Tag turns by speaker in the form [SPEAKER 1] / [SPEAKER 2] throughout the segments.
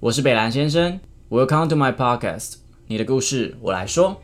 [SPEAKER 1] 我是北兰先生，Welcome to my podcast，你的故事我来说。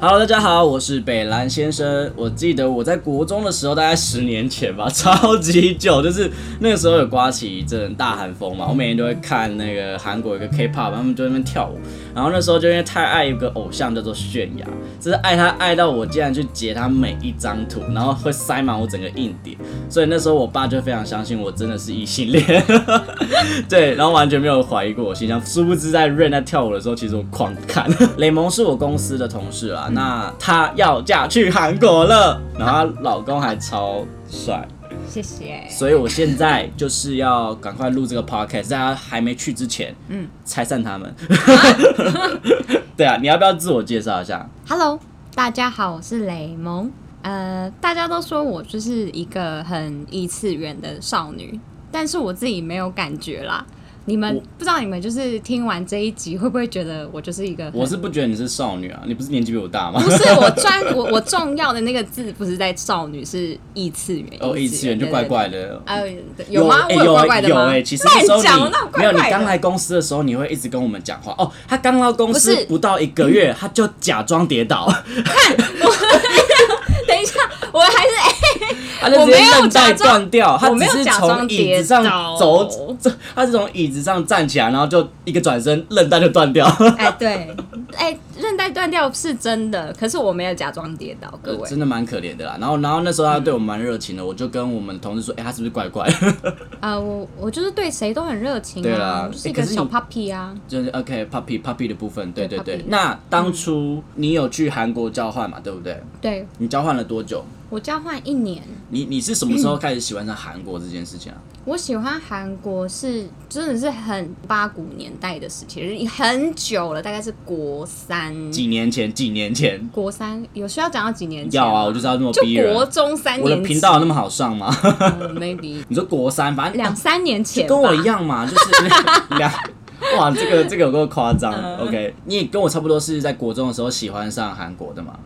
[SPEAKER 1] Hello，大家好，我是北兰先生。我记得我在国中的时候，大概十年前吧， 超级久，就是那个时候有刮起一阵大韩风嘛，我每天都会看那个韩国一个 K-pop，他们就在那边跳舞。然后那时候就因为太爱一个偶像叫做泫雅，就是爱他爱到我竟然去截他每一张图，然后会塞满我整个硬碟。所以那时候我爸就非常相信我真的是异性恋， 对，然后完全没有怀疑过我形象。殊不知在 Rain 在跳舞的时候，其实我狂看。 雷蒙是我公司的同事啊，那她要嫁去韩国了，然后她老公还超帅，
[SPEAKER 2] 谢谢。
[SPEAKER 1] 所以我现在就是要赶快录这个 podcast，在他还没去之前，嗯，拆散他们。 对啊，你要不要自我介绍一下？
[SPEAKER 2] Hello，大家好，我是雷蒙。呃，大家都说我就是一个很异次元的少女，但是我自己没有感觉啦。你们
[SPEAKER 1] 我
[SPEAKER 2] 不知道你们就是听完这一集会不会觉得我就是一个很？
[SPEAKER 1] 我是不觉得你是少女啊，你不是年纪比我大吗
[SPEAKER 2] 不？是我专我我重要的那个字不是在少女，是异次元。
[SPEAKER 1] 哦，异次元就怪怪
[SPEAKER 2] 的。
[SPEAKER 1] 的。
[SPEAKER 2] 哎，对有吗？
[SPEAKER 1] 哎
[SPEAKER 2] 我
[SPEAKER 1] 有
[SPEAKER 2] 怪
[SPEAKER 1] 哎
[SPEAKER 2] 怪的
[SPEAKER 1] 有
[SPEAKER 2] 吗？
[SPEAKER 1] 哎，其实那时候
[SPEAKER 2] 乱讲，
[SPEAKER 1] 你
[SPEAKER 2] 那怪怪
[SPEAKER 1] 没有，
[SPEAKER 2] 的。
[SPEAKER 1] 你刚来公司的时候，你会一直跟我们讲话。哦，他刚到公司
[SPEAKER 2] 不是
[SPEAKER 1] 不到一个月，他就假装跌倒，
[SPEAKER 2] 等一下，我还是
[SPEAKER 1] 他就直
[SPEAKER 2] 我
[SPEAKER 1] 接
[SPEAKER 2] 没有
[SPEAKER 1] 韧带
[SPEAKER 2] 假装
[SPEAKER 1] 断掉，他
[SPEAKER 2] 我
[SPEAKER 1] 只
[SPEAKER 2] 没有
[SPEAKER 1] 是
[SPEAKER 2] 假
[SPEAKER 1] 从
[SPEAKER 2] 装
[SPEAKER 1] 椅
[SPEAKER 2] 跌
[SPEAKER 1] 子上
[SPEAKER 2] 倒
[SPEAKER 1] 走，这他是从椅子上站起来，然后就一个转身，韧带就断掉。
[SPEAKER 2] 哎，对，哎，韧带断掉是真的，可是我没有假装跌倒，各
[SPEAKER 1] 呃
[SPEAKER 2] 位。
[SPEAKER 1] 真的蛮可怜的啦。然后，然后那时候他对我们蛮热情的，我就跟我们同事说：“哎、他是不是怪怪的？”
[SPEAKER 2] 啊，我我就是对谁都很热情
[SPEAKER 1] 对啦
[SPEAKER 2] 啊，我就是
[SPEAKER 1] 哎
[SPEAKER 2] 一个
[SPEAKER 1] 可是
[SPEAKER 2] 小
[SPEAKER 1] 你
[SPEAKER 2] puppy 啊。
[SPEAKER 1] 就是 OK puppy puppy 的部分，对对
[SPEAKER 2] 对
[SPEAKER 1] 对
[SPEAKER 2] puppy。
[SPEAKER 1] 那当初你有去韩国交换嘛？对不对？
[SPEAKER 2] 对
[SPEAKER 1] 你交换了多久？
[SPEAKER 2] 我交换一年，
[SPEAKER 1] 你你是什么时候开始喜欢上韩国这件事情啊？
[SPEAKER 2] 我喜欢韩国是真的是很八股年代的时期，就是很久了，大概是国三。
[SPEAKER 1] 几年前？几年前？
[SPEAKER 2] 国三有需要讲到几年前
[SPEAKER 1] 要
[SPEAKER 2] 吗？
[SPEAKER 1] 啊，我就知道那么
[SPEAKER 2] 啊就
[SPEAKER 1] 逼
[SPEAKER 2] 国
[SPEAKER 1] 人。
[SPEAKER 2] 中三
[SPEAKER 1] 我
[SPEAKER 2] 年
[SPEAKER 1] 的
[SPEAKER 2] 级。
[SPEAKER 1] 频道有那么好上吗？
[SPEAKER 2] 嗯，maybe
[SPEAKER 1] 你说国三，反正啊
[SPEAKER 2] 两三年前吧，
[SPEAKER 1] 跟我一样嘛，就是两。 哇，这个这个有够夸张。OK，你
[SPEAKER 2] 嗯
[SPEAKER 1] 也跟我差不多是在国中的时候喜欢上韩国的嘛？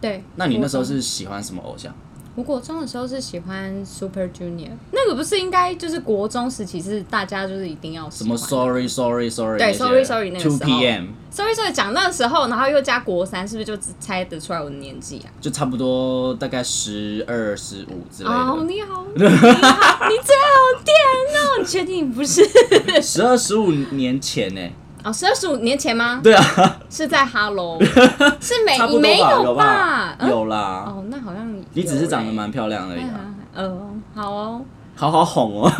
[SPEAKER 2] 对。
[SPEAKER 1] 那你那时候
[SPEAKER 2] 国中
[SPEAKER 1] 是喜欢什么偶像？
[SPEAKER 2] 我国中的时候是喜欢 Super Junior，那个不是应该就是国中时期是大家就是一定要
[SPEAKER 1] 什
[SPEAKER 2] 喜
[SPEAKER 1] 么
[SPEAKER 2] 欢
[SPEAKER 1] Sorry Sorry Sorry？
[SPEAKER 2] 对，Sorry Sorry 那个
[SPEAKER 1] Two
[SPEAKER 2] 时候
[SPEAKER 1] PM
[SPEAKER 2] sorry sorry 讲那个时候，然后又加国三，是不是就只猜得出来我的年纪啊？
[SPEAKER 1] 就差不多大概十二十五之类
[SPEAKER 2] 哦，
[SPEAKER 1] 的，
[SPEAKER 2] 你好，你好，你真好甜哦！你确定你不是？
[SPEAKER 1] 十二十五年前呢？
[SPEAKER 2] 哦，是二十五年前吗？
[SPEAKER 1] 对啊，
[SPEAKER 2] 是在 Hello，是没
[SPEAKER 1] 差不多
[SPEAKER 2] 哎没
[SPEAKER 1] 吧，有
[SPEAKER 2] 吧？嗯
[SPEAKER 1] 有啦，
[SPEAKER 2] 哦，那好像
[SPEAKER 1] 你只是长得
[SPEAKER 2] 有欸
[SPEAKER 1] 蛮漂亮而已啊，
[SPEAKER 2] 啊呃，好哦，
[SPEAKER 1] 好好哄哦。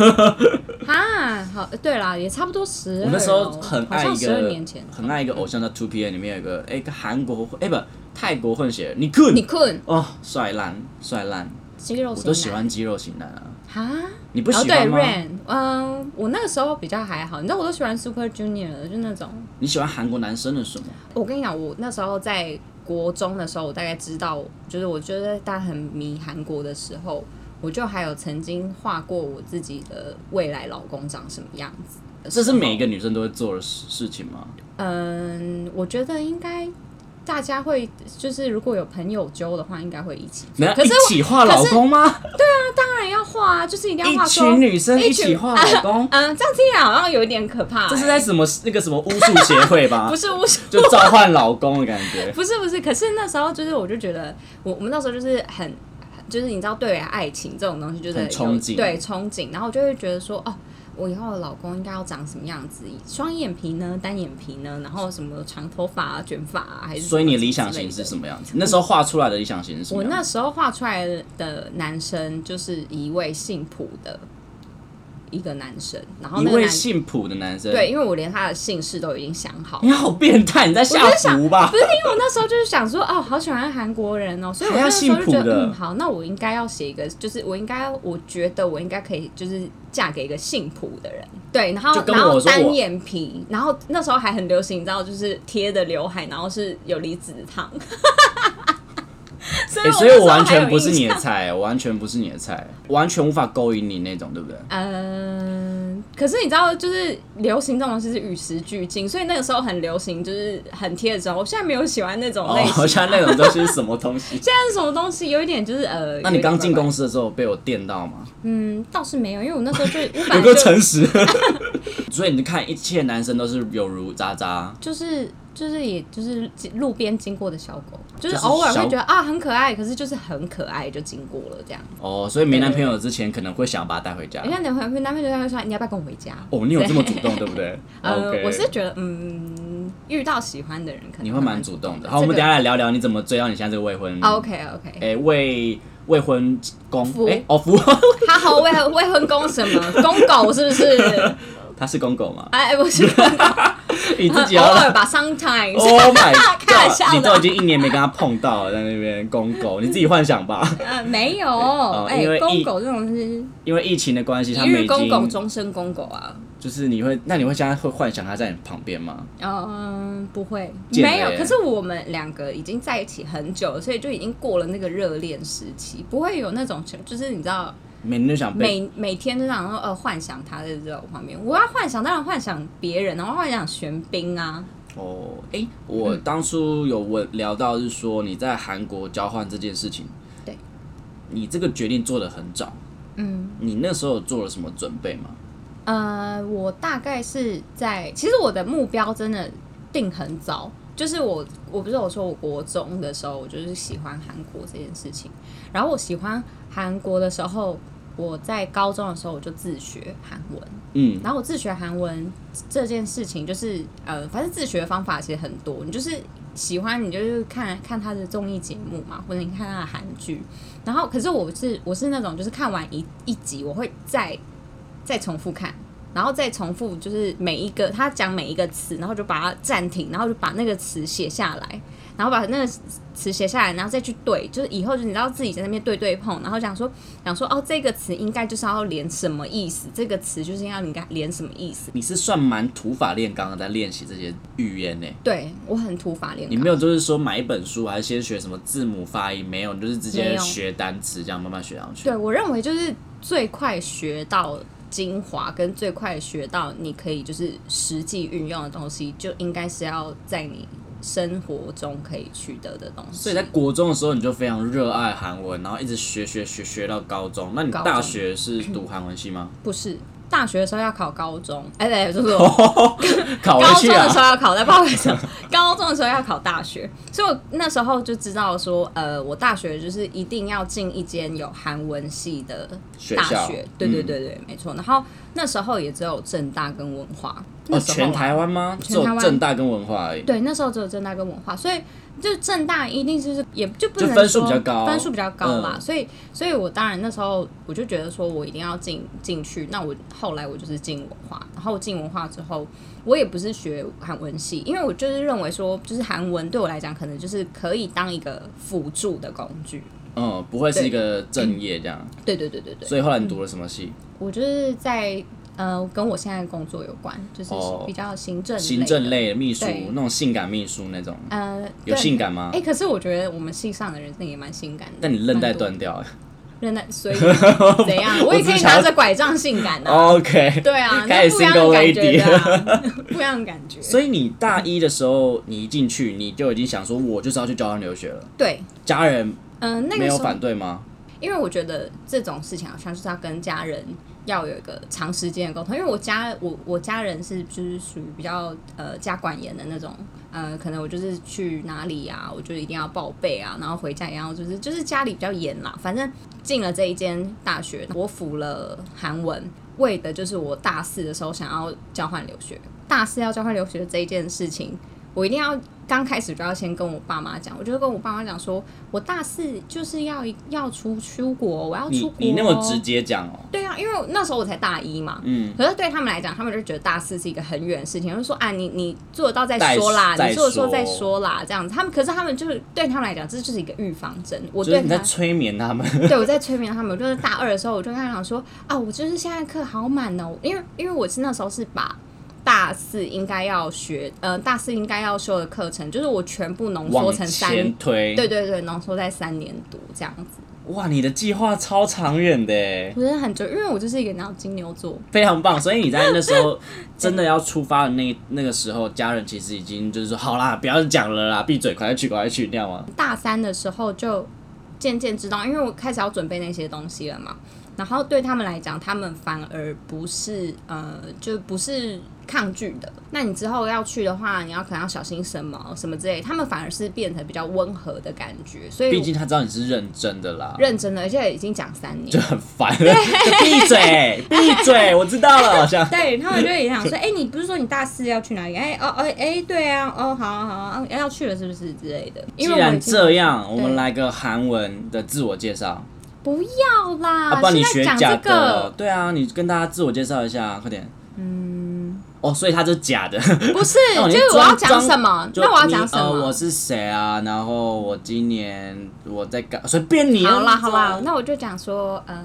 [SPEAKER 2] 哈，好，对啦，也差不多十。
[SPEAKER 1] 我那时候很爱一
[SPEAKER 2] 十二
[SPEAKER 1] 个
[SPEAKER 2] 年前，，
[SPEAKER 1] 很爱一个偶像叫 Two PM，里面有一个哎，一个韩国哎不泰国混血，你困
[SPEAKER 2] 你困
[SPEAKER 1] 哦，帅烂帅烂，
[SPEAKER 2] 肌肉
[SPEAKER 1] 我
[SPEAKER 2] 型
[SPEAKER 1] 都喜
[SPEAKER 2] 男
[SPEAKER 1] 欢肌肉型男啊，
[SPEAKER 2] 哈。
[SPEAKER 1] 你不
[SPEAKER 2] 哦，
[SPEAKER 1] 喜
[SPEAKER 2] 对
[SPEAKER 1] 欢吗？
[SPEAKER 2] ，Rain，嗯，我那个时候比较还好，你知道我都喜欢 Super Junior 的，就那种。
[SPEAKER 1] 你喜欢韩国男生的什么？
[SPEAKER 2] 我跟你讲，我那时候在国中的时候，我大概知道，就是我觉得大家很迷韩国的时候，我就还有曾经画过我自己的未来老公长什么样子。
[SPEAKER 1] 这是每一个女生都会做的事事情吗？
[SPEAKER 2] 嗯，我觉得应该大家会，就是如果有朋友揪的话，应该会一起。
[SPEAKER 1] 能
[SPEAKER 2] 可是
[SPEAKER 1] 一起画老公吗？
[SPEAKER 2] 当然要画啊，就是一定要
[SPEAKER 1] 一
[SPEAKER 2] 画说
[SPEAKER 1] 群女生
[SPEAKER 2] 一
[SPEAKER 1] 一
[SPEAKER 2] 群
[SPEAKER 1] 起画老 公，
[SPEAKER 2] 嗯，这样听起来好像有一点可怕、
[SPEAKER 1] 这是
[SPEAKER 2] 欸
[SPEAKER 1] 在什么那个什么巫术协会吧
[SPEAKER 2] 不？是巫术？
[SPEAKER 1] 就召唤老公的感觉。
[SPEAKER 2] 不是不是，可是那时候就是我就觉得我我们那时候就是很。就是你知道，对于爱情这种东西，就是
[SPEAKER 1] 很
[SPEAKER 2] 有
[SPEAKER 1] 憧憬
[SPEAKER 2] 对憧憬，然后我就会觉得说，哦，我以后的老公应该要长什么样子？双眼皮呢，单眼皮呢，然后什么长头发啊、卷发啊， 还是
[SPEAKER 1] 所以你
[SPEAKER 2] 什么
[SPEAKER 1] 理想
[SPEAKER 2] 之类
[SPEAKER 1] 型是
[SPEAKER 2] 的
[SPEAKER 1] 什么样子？那时候画出来的理想型是什么
[SPEAKER 2] 我
[SPEAKER 1] 样
[SPEAKER 2] 那
[SPEAKER 1] 子？
[SPEAKER 2] 时候画出来的男生就是一位姓朴的一个男生，然后
[SPEAKER 1] 一
[SPEAKER 2] 那个
[SPEAKER 1] 位
[SPEAKER 2] 男
[SPEAKER 1] 姓朴的男生，
[SPEAKER 2] 对，，因为我连他的姓氏都已经想好 了，
[SPEAKER 1] 你好变态，你在下符吧
[SPEAKER 2] 不？是因为我那时候就是想说，哦，好喜欢韩国人哦，所以我
[SPEAKER 1] 还要
[SPEAKER 2] 那时候就
[SPEAKER 1] 姓朴
[SPEAKER 2] 觉
[SPEAKER 1] 的
[SPEAKER 2] 得，嗯，好，那我应该要写一个，就是我应该，我觉得我应该可以，就是嫁给一个姓朴的人，对，然
[SPEAKER 1] 就
[SPEAKER 2] 后
[SPEAKER 1] 跟
[SPEAKER 2] 然
[SPEAKER 1] 我
[SPEAKER 2] 后
[SPEAKER 1] 说我
[SPEAKER 2] 单眼皮，然后那时候还很流行，你知道，就是贴的刘海，然后是有离子烫， 所以
[SPEAKER 1] 哎、
[SPEAKER 2] 啊我
[SPEAKER 1] 所以我
[SPEAKER 2] 那时候
[SPEAKER 1] 完
[SPEAKER 2] 还有
[SPEAKER 1] 全不是
[SPEAKER 2] 印
[SPEAKER 1] 你的
[SPEAKER 2] 象。
[SPEAKER 1] 菜，我完全不是你的菜，完全无法勾引你那种，对不对？
[SPEAKER 2] 嗯，可是你知道，就是流行这种东西是与时俱进，所以那个时候很流行，就是很贴着。 我现在没有喜欢那种类啊
[SPEAKER 1] 哦，
[SPEAKER 2] 型、
[SPEAKER 1] 好像那种东西是什么东 西？
[SPEAKER 2] 现在是什么东西，有一点就是呃。
[SPEAKER 1] 那你刚进公
[SPEAKER 2] 司？
[SPEAKER 1] 司的时候被我电到吗？
[SPEAKER 2] 嗯，倒是没有，因为我那时 候就我
[SPEAKER 1] 有
[SPEAKER 2] 本来
[SPEAKER 1] 个
[SPEAKER 2] 就
[SPEAKER 1] 诚实， 所以你看，一切男生都是有如渣渣，
[SPEAKER 2] 就是就是也就是路边经过的小狗，就是
[SPEAKER 1] 就是
[SPEAKER 2] 偶尔会
[SPEAKER 1] 小
[SPEAKER 2] 觉得啊很可爱，可是就是很可爱就经过了这样。
[SPEAKER 1] 哦，所以没男朋友之前可能会想把他带回家
[SPEAKER 2] 你。看你男朋友男朋友就会说你要不要跟我回家？
[SPEAKER 1] 哦，你有这么主动，对不对
[SPEAKER 2] 呃
[SPEAKER 1] ？OK，
[SPEAKER 2] 我是觉得嗯，遇到喜欢的人可能
[SPEAKER 1] 你会蛮主动的。好，
[SPEAKER 2] 这
[SPEAKER 1] 我们
[SPEAKER 2] 个
[SPEAKER 1] 等一下来聊聊你怎么追到你现在这个未婚。
[SPEAKER 2] 啊 OK OK，
[SPEAKER 1] 哎，未未婚公
[SPEAKER 2] 夫
[SPEAKER 1] 哎哦夫，
[SPEAKER 2] 他好未未婚公什么公狗是不是？
[SPEAKER 1] 他是公 狗吗？
[SPEAKER 2] 哎，不是，
[SPEAKER 1] 你 自己
[SPEAKER 2] 偶
[SPEAKER 1] 要
[SPEAKER 2] 尔吧，sometimes。
[SPEAKER 1] Oh my
[SPEAKER 2] 开玩笑
[SPEAKER 1] god！
[SPEAKER 2] 的
[SPEAKER 1] 你都已经一年没跟他碰到了，在那边公狗，你自己幻想 吧。
[SPEAKER 2] 呃，没有，哎
[SPEAKER 1] 哦因为，
[SPEAKER 2] 公
[SPEAKER 1] 一
[SPEAKER 2] 狗这种是
[SPEAKER 1] 因为疫情的关系，他
[SPEAKER 2] 一
[SPEAKER 1] 们
[SPEAKER 2] 日
[SPEAKER 1] 已
[SPEAKER 2] 公狗，
[SPEAKER 1] 经
[SPEAKER 2] 终身公狗啊。
[SPEAKER 1] 就是你会，那你会现在会幻想他在你旁边吗？
[SPEAKER 2] 嗯，不会，
[SPEAKER 1] 见了
[SPEAKER 2] 没有
[SPEAKER 1] 耶。
[SPEAKER 2] 可是我们两个已经在一起很久了，所以就已经过了那个热恋时期，不会有那种就是你知道
[SPEAKER 1] 每天就想被
[SPEAKER 2] 每每天都想说呃幻想他的这种画面。我要幻想，当然幻想别人，然后幻想玄彬啊，
[SPEAKER 1] 哦，哎、我
[SPEAKER 2] 嗯
[SPEAKER 1] 当初有问聊到是说你在韩国交换这件事情，
[SPEAKER 2] 对，
[SPEAKER 1] 你这个决定做的很早，
[SPEAKER 2] 嗯。
[SPEAKER 1] 你那时候有做了什么准备吗？
[SPEAKER 2] 呃，我大概是在，其实我的目标真的定很早，就是我我不是有说我国中的时候，我就是喜欢韩国这件事情，然后我喜欢韩国的时候，我在高中的时候我就自学韩文，
[SPEAKER 1] 嗯，
[SPEAKER 2] 然后我自学韩文这件事情，就是呃，反正自学的方法其实很多，你就是喜欢你就是看看他的综艺节目嘛，或者你看他的韩剧，然后可是我是我是那种就是看完一一集，我会再再重复看。然后再重复，就是每一个他讲每一个词，然后就把它暂停，然后就把那个词写下来，然后把那个词写下来，然后再去对，就是以后就你知道自己在那边对对碰，然后想说想说哦，这个词应该就是要连什么意思，这个词就是要应该连什么意思。
[SPEAKER 1] 你是算蛮土法炼钢的在练习这些语言呢、
[SPEAKER 2] 对我很土法炼
[SPEAKER 1] 你
[SPEAKER 2] 钢
[SPEAKER 1] 没，有就是说买一本书，还是先学什么字母发音？没有，你就是直
[SPEAKER 2] 没
[SPEAKER 1] 接
[SPEAKER 2] 有
[SPEAKER 1] 学单词，这样慢慢学上去。
[SPEAKER 2] 对我认为就是最快学到精华跟最快学到你可以就是实际运用的东西，就应该是要在你生活中可以取得的东西。
[SPEAKER 1] 所以在国中的时候，你就非常热爱韩文，然后一直学学学学到高中。那你
[SPEAKER 2] 高中
[SPEAKER 1] 大学是读韩文系 吗？
[SPEAKER 2] 不是大学的时候要考高中，哎、对，就是我
[SPEAKER 1] 考回
[SPEAKER 2] 高中
[SPEAKER 1] 去啊
[SPEAKER 2] 的时！候要考，但不好意思， 高中的时候要考大学，所以我那时候就知道说，呃，我大学就是一定要进一间有韩文系的
[SPEAKER 1] 学
[SPEAKER 2] 大
[SPEAKER 1] 校
[SPEAKER 2] 学，对对
[SPEAKER 1] 嗯
[SPEAKER 2] 对对，没错。然后那时候也只有正大跟文化，那
[SPEAKER 1] 哦，
[SPEAKER 2] 时候啊、
[SPEAKER 1] 全台湾吗？只
[SPEAKER 2] 全台
[SPEAKER 1] 有
[SPEAKER 2] 湾
[SPEAKER 1] 正大跟文化而已。
[SPEAKER 2] 对，那时候只有正大跟文化，所以就正大一定就是也就不
[SPEAKER 1] 就
[SPEAKER 2] 能
[SPEAKER 1] 分数
[SPEAKER 2] 说
[SPEAKER 1] 比较高
[SPEAKER 2] 分数比较高啦。
[SPEAKER 1] 嗯
[SPEAKER 2] 所以，所以我当然那时候我就觉得说我一定要进进去。那我后来我就是进文化，然后进文化之后，我也不是学韩文系，因为我就是认为说，就是韩文对我来讲可能就是可以当一个辅助的工具。
[SPEAKER 1] 嗯，不会是一个正业这样。
[SPEAKER 2] 对对对对对，
[SPEAKER 1] 所以后来你读了什么系？
[SPEAKER 2] 我就是在呃跟我现在的工作有关，就是
[SPEAKER 1] 哦
[SPEAKER 2] 比较行政类
[SPEAKER 1] 行政
[SPEAKER 2] 的。
[SPEAKER 1] 类的秘书，
[SPEAKER 2] 嗯对
[SPEAKER 1] 那种性感秘书那种，
[SPEAKER 2] 呃，
[SPEAKER 1] 有
[SPEAKER 2] 对
[SPEAKER 1] 性感吗
[SPEAKER 2] 哎、？可是我觉得我们系上的人真的也蛮性感的。
[SPEAKER 1] 但你韧带
[SPEAKER 2] 蛮多
[SPEAKER 1] 断掉了。
[SPEAKER 2] 韧带，所以 怎样？我也可以拿着拐杖性感啊。
[SPEAKER 1] OK。
[SPEAKER 2] 对啊，
[SPEAKER 1] 哦开
[SPEAKER 2] 那
[SPEAKER 1] 始
[SPEAKER 2] 不一样的
[SPEAKER 1] single
[SPEAKER 2] 感觉的啊， 不一样的感觉。
[SPEAKER 1] 所以你大一的时候，你一进去，你就已经想说，我就是要去交换留学了。
[SPEAKER 2] 对，
[SPEAKER 1] 家人
[SPEAKER 2] 嗯、那
[SPEAKER 1] 没
[SPEAKER 2] 个
[SPEAKER 1] 有
[SPEAKER 2] 时候
[SPEAKER 1] 反，对吗？
[SPEAKER 2] 因为我觉得这种事情好像就是要跟家人要有一个长时间的沟通，因为我家我我家人是就是属于比较呃家管严的那种，呃，可能我就是去哪里啊，我就一定要报备啊，然后回家也要就是就是家里比较严啦。反正进了这一间大学，我辅了韩文，为的就是我大四的时候想要交换留学。大四要交换留学这一件事情，我一定要刚开始就要先跟我爸妈讲，我就跟我爸妈讲说，我大四就是要要出出国，我要出
[SPEAKER 1] 你
[SPEAKER 2] 国、
[SPEAKER 1] 你那么直。接讲哦、
[SPEAKER 2] 对啊，因为那时候我才大一嘛，
[SPEAKER 1] 嗯，
[SPEAKER 2] 可是对他们来讲，他们就觉得大四是一个很远的事情，就说啊，你你做得到再
[SPEAKER 1] 再
[SPEAKER 2] 说啦，
[SPEAKER 1] 再
[SPEAKER 2] 你做得
[SPEAKER 1] 说
[SPEAKER 2] 说再说啦，这样子。他们可是他们就是对他们来讲，这就是一个预防针。我
[SPEAKER 1] 就是
[SPEAKER 2] 对
[SPEAKER 1] 你在
[SPEAKER 2] 他，
[SPEAKER 1] 催眠他们。
[SPEAKER 2] 对我在催眠他们，我就是大二的时候，我就跟他讲说啊，我就是现在课好满哦，因为因为我是那时候是把大四应该要学，呃，大四应该要修的课程，就是我全部浓缩
[SPEAKER 1] 往
[SPEAKER 2] 成三，
[SPEAKER 1] 前推。
[SPEAKER 2] 对对对，浓缩在三年读这样子。
[SPEAKER 1] 哇，你的计划超长远的欸耶，
[SPEAKER 2] 我觉得很久，因为我就是一个你知道金牛座，
[SPEAKER 1] 非常棒。所以你在那时候真的要出发的那那个时候，家人其实已经就是说，好啦，不要讲了啦，闭嘴，快去，快去，那样吗？
[SPEAKER 2] 大三的时候就渐渐知道，因为我开始要准备那些东西了嘛。然后对他们来讲，他们反而不是呃，就不是抗拒的。那你之后要去的话，你要可能要小心什么什么之类，他们反而是变得比较温和的感觉。所
[SPEAKER 1] 毕
[SPEAKER 2] 以
[SPEAKER 1] 竟他知道你是认真的啦，
[SPEAKER 2] 认真的，而且已经讲三年
[SPEAKER 1] 就，很烦，就闭嘴，闭嘴，我知道了，好像。
[SPEAKER 2] 对他们就也想说，哎、你不是说你大四要去哪里？哎、哦哦，哎、对啊，哦，好啊好啊，要去了是不是之类的？
[SPEAKER 1] 既
[SPEAKER 2] 因为我已
[SPEAKER 1] 然
[SPEAKER 2] 经
[SPEAKER 1] 这样，我们
[SPEAKER 2] 对
[SPEAKER 1] 来个韩文的自我介绍，
[SPEAKER 2] 啊
[SPEAKER 1] 啊
[SPEAKER 2] 不要啦，
[SPEAKER 1] 不然你学
[SPEAKER 2] 现
[SPEAKER 1] 假
[SPEAKER 2] 在讲这
[SPEAKER 1] 的，
[SPEAKER 2] 个
[SPEAKER 1] 对啊，你跟大家自我介绍一下，快点。嗯，哦，所以他就是假的，
[SPEAKER 2] 不是，
[SPEAKER 1] 那我
[SPEAKER 2] 就
[SPEAKER 1] 先
[SPEAKER 2] 是我要
[SPEAKER 1] 装
[SPEAKER 2] 讲什么？
[SPEAKER 1] 就
[SPEAKER 2] 那我要
[SPEAKER 1] 你
[SPEAKER 2] 讲什
[SPEAKER 1] 呃、我
[SPEAKER 2] 么？
[SPEAKER 1] 是谁啊？然后我今年我在干，随便你啊。
[SPEAKER 2] 好啦好啦，那我就讲说呃。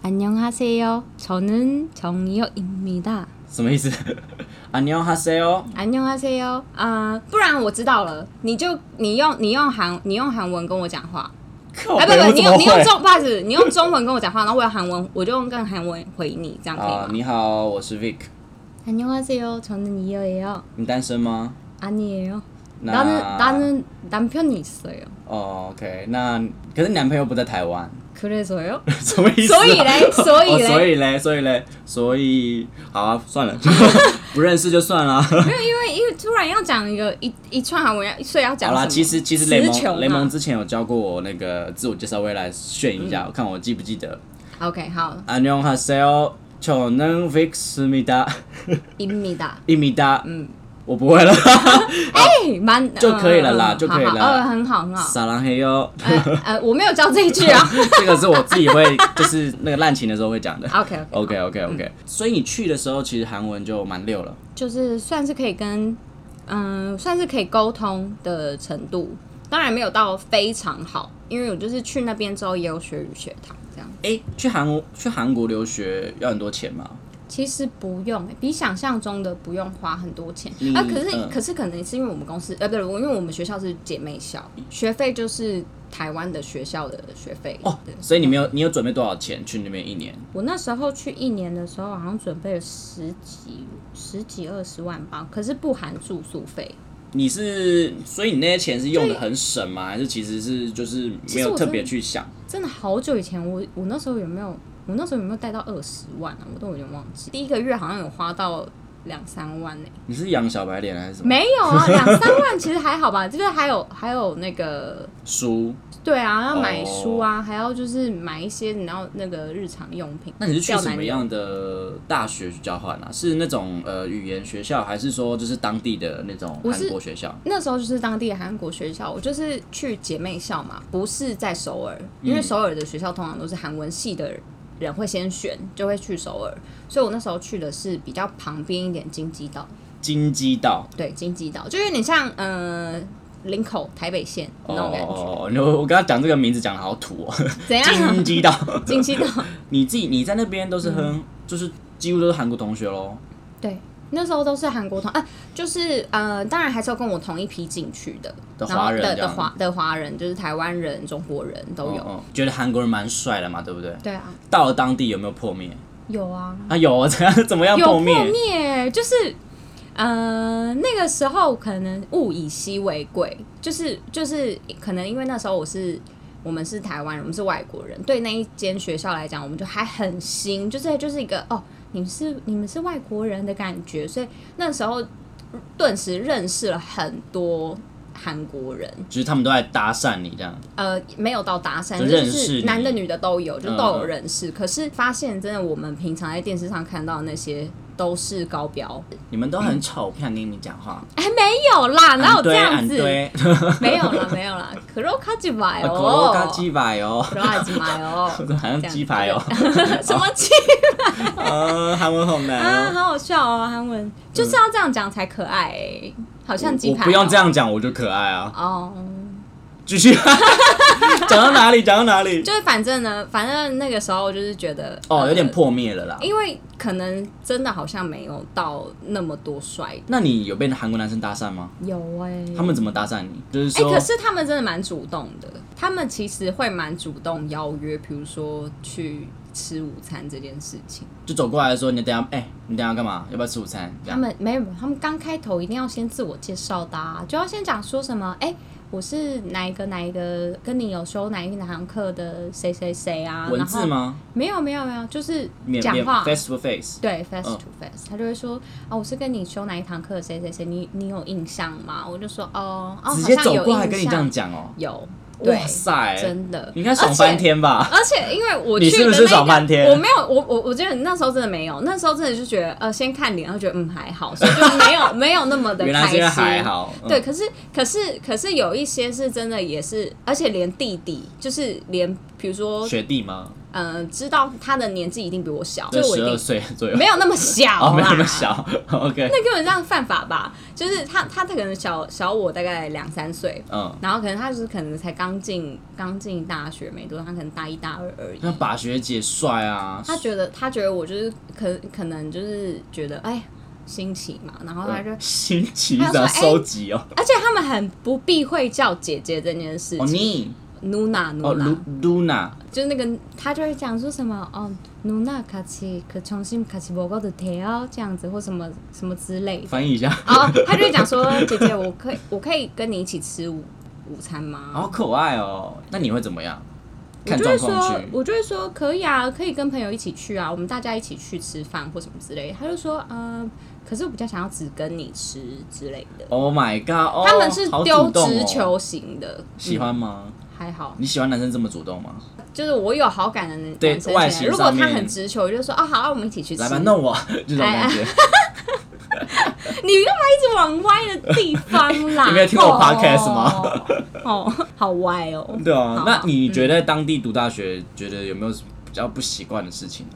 [SPEAKER 2] 안녕하세요저는정이혁입니다
[SPEAKER 1] 什么意思？ 啊안녕하세요。
[SPEAKER 2] 안녕하세요啊，不然我知道了，你就你用你用韩你用韩文跟我讲话，
[SPEAKER 1] 靠
[SPEAKER 2] 哎不
[SPEAKER 1] 北
[SPEAKER 2] 不，
[SPEAKER 1] 哦我
[SPEAKER 2] 你
[SPEAKER 1] 怎
[SPEAKER 2] 用
[SPEAKER 1] 么
[SPEAKER 2] 你用
[SPEAKER 1] 会？
[SPEAKER 2] 中，不 好意思，你用中文跟我讲话，然后我用韩文，我就用跟韩文回你，这样可以
[SPEAKER 1] 啊、
[SPEAKER 2] 吗？
[SPEAKER 1] 你好，我是 Vic。
[SPEAKER 2] 안녕하세요저는이혁예요
[SPEAKER 1] 你单身吗？
[SPEAKER 2] 아니에요
[SPEAKER 1] 那
[SPEAKER 2] 나는나는남편이있어요
[SPEAKER 1] 哦，OK，那可是你男朋友不在台湾，
[SPEAKER 2] 그래서요
[SPEAKER 1] 什么意思啊、
[SPEAKER 2] 所以嘞所以嘞
[SPEAKER 1] 哦所以嘞，所以嘞，所以好啊，算了， 就不认识就算了。
[SPEAKER 2] 因为因为突然要讲一个一一串韩文，要所以要讲
[SPEAKER 1] 好
[SPEAKER 2] 什
[SPEAKER 1] 啦，
[SPEAKER 2] 么
[SPEAKER 1] 其实其实雷
[SPEAKER 2] 词穷啊
[SPEAKER 1] 蒙雷蒙之前有教过我那个自我介绍，我也来炫
[SPEAKER 2] 嗯
[SPEAKER 1] 一下，我看我记不记得。
[SPEAKER 2] OK 好，
[SPEAKER 1] 안녕하세요. 저는 빅스입니다.
[SPEAKER 2] 입니다
[SPEAKER 1] 입니다.
[SPEAKER 2] 嗯，
[SPEAKER 1] 我不会了.
[SPEAKER 2] 哎，蛮
[SPEAKER 1] 就可以了啦
[SPEAKER 2] 嗯
[SPEAKER 1] 就可以了
[SPEAKER 2] 好好呃，很好很好。
[SPEAKER 1] 사랑해요.
[SPEAKER 2] 呃呃，我没有教这一句 啊。
[SPEAKER 1] 这个是我自己会，就是那个滥情的时候会讲的。
[SPEAKER 2] OK OK，
[SPEAKER 1] OK OK
[SPEAKER 2] 嗯
[SPEAKER 1] OK，所以你去的时候，其实韩文就蛮溜了。
[SPEAKER 2] 就是算是可以跟嗯、算是可以沟通的程度，当然没有到非常好，因为我就是去那边之后也有学语学堂这样。
[SPEAKER 1] 诶，去韩国-去韩国留学要很多钱吗？
[SPEAKER 2] 其实不用、欸，比想象中的不用花很多钱、
[SPEAKER 1] 嗯
[SPEAKER 2] 啊。可是、
[SPEAKER 1] 嗯
[SPEAKER 2] 可是可能是因为我们公司呃，不是，因为我们学校是姐妹校，学费就是台湾的学校的学费。
[SPEAKER 1] 哦，
[SPEAKER 2] 对
[SPEAKER 1] 所以你没有-你有准备多少钱去那边一年？
[SPEAKER 2] 我那时候去一年的时候，好像准备了十几、十几二十万吧，可是不含住宿费。
[SPEAKER 1] 你是-所以你那些钱是用得很省吗？
[SPEAKER 2] 嗯
[SPEAKER 1] 还是其实是-就是没有
[SPEAKER 2] 其实我真的-
[SPEAKER 1] 特别去想？
[SPEAKER 2] 真的好久以前，我我那时候有没有？我那时候有没有贷到二十万啊？我都有点忘记。第一个月好像有花到两三万呢、
[SPEAKER 1] 你是养小白脸还是什么？
[SPEAKER 2] 没有啊，两三万其实还好吧，就是还有还有那个
[SPEAKER 1] 书？
[SPEAKER 2] 对啊，要买书
[SPEAKER 1] 哦
[SPEAKER 2] 啊还要就是买一些你知道那个日常用品。
[SPEAKER 1] 那你是去
[SPEAKER 2] 钓
[SPEAKER 1] 什
[SPEAKER 2] 男
[SPEAKER 1] 么
[SPEAKER 2] 友
[SPEAKER 1] 样的大学去交换啊？是那种呃语言学校，还是说就是当地的那种
[SPEAKER 2] 我
[SPEAKER 1] 韩
[SPEAKER 2] 是
[SPEAKER 1] 国学校？
[SPEAKER 2] 那时候就是当地的韩国学校，我就是去姐妹校嘛，不是在首尔，
[SPEAKER 1] 嗯
[SPEAKER 2] 因为首尔的学校通常都是韩文系的人会先选，就会去首尔，所以我那时候去的是比较旁边一点京畿岛，
[SPEAKER 1] 金鸡道
[SPEAKER 2] 对，京畿岛就有点像呃林口台北县那种感觉，
[SPEAKER 1] 哦，你我我刚刚讲这个名字讲的好土哦，
[SPEAKER 2] 怎
[SPEAKER 1] 金
[SPEAKER 2] 样？
[SPEAKER 1] 鸡道。
[SPEAKER 2] 京畿岛，
[SPEAKER 1] 你自己你在那边都是很、就是几乎都是韩国同学喽。
[SPEAKER 2] 对。那时候都是韩国同，啊，就是呃，当然还是有跟我同一批进去的，
[SPEAKER 1] 的
[SPEAKER 2] 然后
[SPEAKER 1] 华人
[SPEAKER 2] 的
[SPEAKER 1] 这
[SPEAKER 2] 的
[SPEAKER 1] 样
[SPEAKER 2] 华的华人，就是台湾人、中国人都有。
[SPEAKER 1] 哦，觉得韩国人蛮帅的嘛，对不对？
[SPEAKER 2] 对啊，
[SPEAKER 1] 到了当地有没有破灭？
[SPEAKER 2] 有啊，
[SPEAKER 1] 啊，有怎样怎么样
[SPEAKER 2] 有
[SPEAKER 1] 破
[SPEAKER 2] 破
[SPEAKER 1] 灭？
[SPEAKER 2] 灭，就是呃那个时候可能物以稀为贵，就是就是可能因为那时候我是。我们是台湾人，我们是外国人，对那一间学校来讲，我们就还很新，就是就是一个哦，你们是你们是外国人的感觉，所以那时候顿时认识了很多韩国人，
[SPEAKER 1] 就是他们都在搭讪你这样。
[SPEAKER 2] 呃，没有到搭讪，
[SPEAKER 1] 就
[SPEAKER 2] 就
[SPEAKER 1] 认识
[SPEAKER 2] 是
[SPEAKER 1] 你
[SPEAKER 2] 男的女的都有，就
[SPEAKER 1] 嗯
[SPEAKER 2] 都有认识。可是发现真的，我们平常在电视上看到的那些都是高标，
[SPEAKER 1] 你们都很丑，不想跟你讲话。
[SPEAKER 2] 哎，没有啦，哪有这样
[SPEAKER 1] 俺
[SPEAKER 2] 子？
[SPEAKER 1] 对，
[SPEAKER 2] 没有啦，没 有啦，可洛卡吉买
[SPEAKER 1] 可罗嘎
[SPEAKER 2] 哦，
[SPEAKER 1] 鸡百哦，
[SPEAKER 2] 可洛卡吉买哦，
[SPEAKER 1] 好像鸡排哦。
[SPEAKER 2] 什么鸡
[SPEAKER 1] 呃，韩文好
[SPEAKER 2] 啊，
[SPEAKER 1] 难哦。
[SPEAKER 2] 好好笑哦，韩文就是要这样讲才可爱欸，好像鸡
[SPEAKER 1] 我
[SPEAKER 2] 排，
[SPEAKER 1] 不用这，样讲，我就可爱啊。
[SPEAKER 2] 哦，
[SPEAKER 1] 继续， 讲到哪里？讲到哪里？
[SPEAKER 2] 就是反正呢，反正那个时候就是觉得
[SPEAKER 1] 哦，有点
[SPEAKER 2] 呃
[SPEAKER 1] 破灭了啦。
[SPEAKER 2] 因为可能真的好像没有到那么多帅，
[SPEAKER 1] 那你有被韩国男生搭讪吗？
[SPEAKER 2] 有哎、
[SPEAKER 1] 他们怎么搭讪你？就是
[SPEAKER 2] 哎、
[SPEAKER 1] 说，
[SPEAKER 2] 可是他们真的蛮主动的，他们其实会蛮主动邀约，比如说去吃午餐这件事情。
[SPEAKER 1] 就走过来说，你等一下，哎、你等一下要干嘛？要不要吃午餐？这
[SPEAKER 2] 他
[SPEAKER 1] 样。
[SPEAKER 2] 们没有，他们刚开头一定要先自我介绍的、啊，就要先讲说什么，哎、我是哪一个哪一个跟你有修哪一哪堂课的谁谁谁啊？
[SPEAKER 1] 文
[SPEAKER 2] 然后
[SPEAKER 1] 字？吗？
[SPEAKER 2] 没有没有没有，就是
[SPEAKER 1] 面
[SPEAKER 2] 讲
[SPEAKER 1] 面
[SPEAKER 2] 话。
[SPEAKER 1] face to face。
[SPEAKER 2] 对，face
[SPEAKER 1] 嗯
[SPEAKER 2] to face，、他就会说啊，我是跟你修哪一堂课，谁谁谁，你你有印象吗？我就说哦，哦，
[SPEAKER 1] 直接
[SPEAKER 2] 好像
[SPEAKER 1] 走
[SPEAKER 2] 有
[SPEAKER 1] 过来
[SPEAKER 2] 印
[SPEAKER 1] 跟你这
[SPEAKER 2] 象
[SPEAKER 1] 样讲哦、
[SPEAKER 2] 有，对
[SPEAKER 1] 哇，塞，
[SPEAKER 2] 真的，
[SPEAKER 1] 你应该爽翻天吧？
[SPEAKER 2] 而且。而且因为我
[SPEAKER 1] 你
[SPEAKER 2] 去
[SPEAKER 1] 是不
[SPEAKER 2] 的
[SPEAKER 1] 是
[SPEAKER 2] 那
[SPEAKER 1] 爽
[SPEAKER 2] 个
[SPEAKER 1] 半天
[SPEAKER 2] 我没有，我我我觉得那时候真的没有，那时候真的就觉得呃，先看脸，然后觉得嗯还好，所以就没有 没有那么的
[SPEAKER 1] 原来
[SPEAKER 2] 开
[SPEAKER 1] 是因
[SPEAKER 2] 心。
[SPEAKER 1] 为还好，嗯
[SPEAKER 2] 对，可是可是可是有一些是真的也是，而且连弟弟，就是连比如说
[SPEAKER 1] 嗯学弟吗？
[SPEAKER 2] 呃，知道他的年纪一定比我小，所
[SPEAKER 1] 就
[SPEAKER 2] 以我一
[SPEAKER 1] 十二
[SPEAKER 2] 定
[SPEAKER 1] 岁左右，
[SPEAKER 2] 没有那么小
[SPEAKER 1] 哦，没有那么
[SPEAKER 2] 啦
[SPEAKER 1] 小。OK，
[SPEAKER 2] 那根本这样犯法吧？就是他，他可能小小我大概两三岁，
[SPEAKER 1] 嗯，
[SPEAKER 2] 然后可能他就是可能才刚进刚进大学没多久，他可能大一大二而已。
[SPEAKER 1] 那把学姐帅啊，
[SPEAKER 2] 他觉得他觉得我就是可可能就是觉得哎新奇嘛，然后他就、
[SPEAKER 1] 新奇
[SPEAKER 2] 他就说
[SPEAKER 1] 想
[SPEAKER 2] 哎
[SPEAKER 1] 收集哦，
[SPEAKER 2] 而且他们很不避讳叫姐姐这件事
[SPEAKER 1] 哦
[SPEAKER 2] 情。
[SPEAKER 1] 你
[SPEAKER 2] Nuna
[SPEAKER 1] 哦
[SPEAKER 2] Nuna，、
[SPEAKER 1] Lu Luna
[SPEAKER 2] 就是那个他就会讲说什么哦，Nuna 卡奇可重新卡奇博高的条哦这样子或什么什么之类的。
[SPEAKER 1] 翻译一下，
[SPEAKER 2] 哦，他就会讲说：“姐姐，我可以，我可以跟你一起吃午午餐吗？”
[SPEAKER 1] 好可爱哦。那你会怎么样？
[SPEAKER 2] 我
[SPEAKER 1] 看
[SPEAKER 2] 就会
[SPEAKER 1] 状况
[SPEAKER 2] 说，
[SPEAKER 1] 去。
[SPEAKER 2] 我就会说可以啊，可以跟朋友一起去啊，我们大家一起去吃饭或什么之类的。他就说，嗯、可是我比较想要只跟你吃之类的。
[SPEAKER 1] Oh my god！哦
[SPEAKER 2] 他们是
[SPEAKER 1] 好
[SPEAKER 2] 丢
[SPEAKER 1] 主动
[SPEAKER 2] 直
[SPEAKER 1] 哦
[SPEAKER 2] 球型的，
[SPEAKER 1] 喜欢吗？
[SPEAKER 2] 还好，
[SPEAKER 1] 你喜欢男生这么主动吗？
[SPEAKER 2] 就是我有好感的男
[SPEAKER 1] 对
[SPEAKER 2] 男生
[SPEAKER 1] 外
[SPEAKER 2] 起
[SPEAKER 1] 形
[SPEAKER 2] 来，如果他
[SPEAKER 1] 上面
[SPEAKER 2] 很直球，我就说啊，好啊，我们一起去吃。
[SPEAKER 1] 来吧，弄我 这种感
[SPEAKER 2] 哎
[SPEAKER 1] 觉。
[SPEAKER 2] 你干嘛一直往歪的地方啦？
[SPEAKER 1] 你没有听我 podcast 吗
[SPEAKER 2] 哦？哦，好歪哦。
[SPEAKER 1] 对啊
[SPEAKER 2] 好，
[SPEAKER 1] 那你觉得在当地读大学，觉得有没有比较不习惯的事情呢？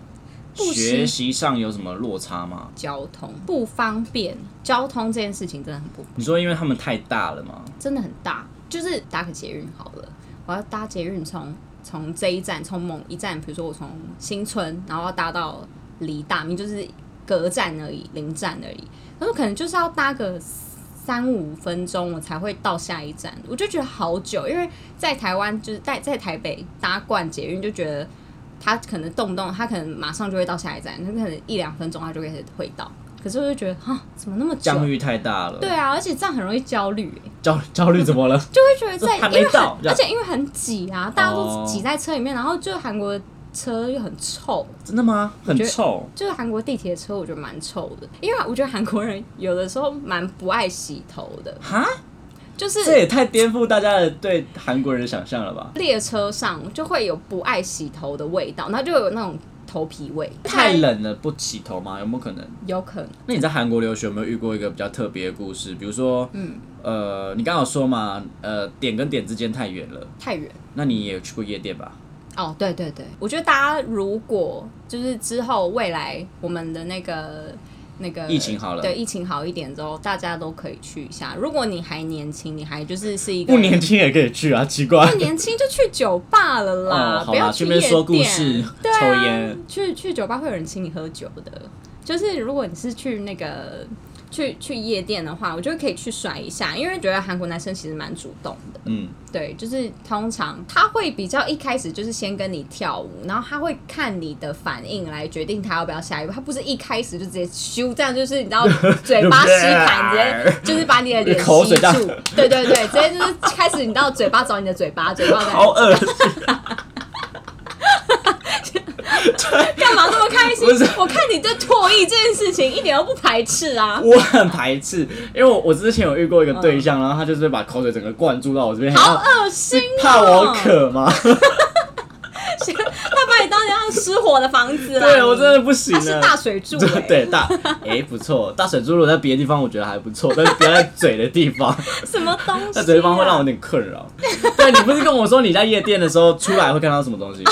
[SPEAKER 2] 不习
[SPEAKER 1] 学习上有什么落差吗？
[SPEAKER 2] 交通不方便，交通这件事情真的很不，
[SPEAKER 1] 你说因为他们太大了吗？
[SPEAKER 2] 真的很大。就是搭个捷运好了，我要搭捷运从从这一站，从某一站，比如说我从新村，然后要搭到离大明，就是隔站而已，零站而已。然后可能就是要搭个三五分钟，我才会到下一站，我就觉得好久，因为在台湾就是在在台北搭惯捷运，就觉得。他可能动不动，他可能马上就会到下一站，他可能一两分钟他就会会到。可是我就觉得，哈，怎么那么久？
[SPEAKER 1] 疆域太大了，
[SPEAKER 2] 对啊，而且这样很容易焦虑欸，
[SPEAKER 1] 焦焦虑怎么了？
[SPEAKER 2] 就会觉得在
[SPEAKER 1] 还没
[SPEAKER 2] 因为很
[SPEAKER 1] 到这样哦
[SPEAKER 2] 而且因为很挤啊，大家都挤在车里面，然后就韩国的车又很臭，
[SPEAKER 1] 真的吗？很
[SPEAKER 2] 觉得
[SPEAKER 1] 臭，
[SPEAKER 2] 就是韩国地铁车我觉得蛮臭的，因为我觉得韩国人有的时候蛮不爱洗头的，
[SPEAKER 1] 哈，
[SPEAKER 2] 就是
[SPEAKER 1] 这也太颠覆大家的对韩国人的想象了吧？
[SPEAKER 2] 列车上就会有不爱洗头的味道，然后就有那种头皮味，
[SPEAKER 1] 太冷了不洗头吗？有没有可能？
[SPEAKER 2] 有可能。
[SPEAKER 1] 那你在韩国留学有没有遇过一个比较特别的故事？比如说，嗯，呃，你刚好说嘛，呃，点跟点之间太远了，
[SPEAKER 2] 太远。
[SPEAKER 1] 那你也有去过夜店吧？
[SPEAKER 2] 哦，对对对，我觉得大家如果就是之后未来我们的那个那个
[SPEAKER 1] 疫情好了
[SPEAKER 2] 对疫情好一点之后，大家都可以去一下。如果你还年轻，你还就是是一个
[SPEAKER 1] 不年轻也可以去啊，奇怪。
[SPEAKER 2] 不年轻就去酒吧了
[SPEAKER 1] 哦好
[SPEAKER 2] 啦，
[SPEAKER 1] 啦
[SPEAKER 2] 不要
[SPEAKER 1] 顺
[SPEAKER 2] 夜
[SPEAKER 1] 便
[SPEAKER 2] 店。
[SPEAKER 1] 说故事
[SPEAKER 2] 对啊、
[SPEAKER 1] 抽烟，
[SPEAKER 2] 去去酒吧会有人请你喝酒的。就是如果你是去那个去去夜店的话，我觉得可以去甩一下，因为觉得韩国男生其实蛮主动的。
[SPEAKER 1] 嗯，
[SPEAKER 2] 对，就是通常他会比较一开始就是先跟你跳舞，然后他会看你的反应来决定他要不要下一步。他不是一开始就直接咻这样，就是你知 道嘴巴吸盘，直接就是把你的脸
[SPEAKER 1] 口
[SPEAKER 2] 吸
[SPEAKER 1] 水这样
[SPEAKER 2] 住。对对对，直接就是开始你知道嘴巴找你的嘴 巴，嘴巴在
[SPEAKER 1] 好恶心。
[SPEAKER 2] 干嘛那么开心
[SPEAKER 1] 不是？
[SPEAKER 2] 我看你对唾液这件事情一点都不排斥啊。
[SPEAKER 1] 我很排斥，因为我我之前有遇过一个对象，然后他就是把口水整个灌注到我这边，
[SPEAKER 2] 嗯
[SPEAKER 1] 然
[SPEAKER 2] 好
[SPEAKER 1] 后
[SPEAKER 2] 恶心、哦！
[SPEAKER 1] 怕我，渴吗？
[SPEAKER 2] 他把你当成像失火的房子啦。
[SPEAKER 1] 对我真的不行
[SPEAKER 2] 啊他是
[SPEAKER 1] 了。
[SPEAKER 2] 大水柱、欸，
[SPEAKER 1] 对大，哎、不错，大水珠如果在别的地方我觉得还不错，但是不要在嘴的地方，
[SPEAKER 2] 什么东西、啊？
[SPEAKER 1] 在嘴的地方会让我有点困扰。
[SPEAKER 2] 啊
[SPEAKER 1] 对你不是跟我说你在夜店的时候出来会看到什么 东西？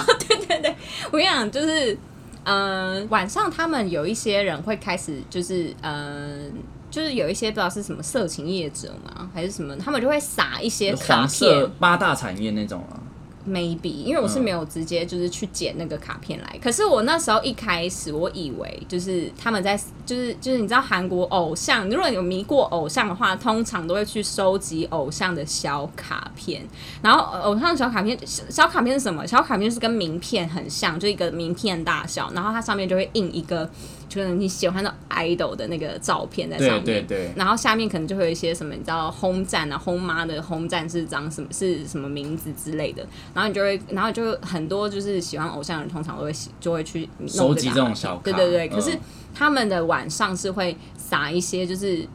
[SPEAKER 2] 我跟你讲，呃就是，嗯、晚上他们有一些人会开始，就是，嗯、就是有一些不知道是什么色情业者嘛，还是什么，他们就会撒一些卡
[SPEAKER 1] 黄色
[SPEAKER 2] 片
[SPEAKER 1] 八大产业那种啊，
[SPEAKER 2] ，maybe，因为我
[SPEAKER 3] 嗯
[SPEAKER 2] 是没有直接就是去捡那个卡片来，可是我那时候一开始我以为就是他们在就是就是你知道韩国偶像，如果你有迷过偶像的话，通常都会去收集偶像的小卡片，然后偶像的小卡片小小卡片是什么？小卡片就是跟名片很像，就一个名片大小，然后它上面就会印一个就是你喜欢的 idol 的那个照片在上
[SPEAKER 3] 对
[SPEAKER 2] 面，
[SPEAKER 3] 对对，
[SPEAKER 2] 然后下面可能就会有一些什么，你知道轰站啊、轰妈的轰站是长什么是什么名字之类的，然后你就会，然后就会很多就是喜欢偶像的人，通常都会喜就会去弄个
[SPEAKER 1] 收集
[SPEAKER 2] 卡
[SPEAKER 1] 这种
[SPEAKER 2] 片
[SPEAKER 1] 小卡
[SPEAKER 2] 对对对，
[SPEAKER 1] 嗯
[SPEAKER 2] 可是他们的晚上是会撒一些就是。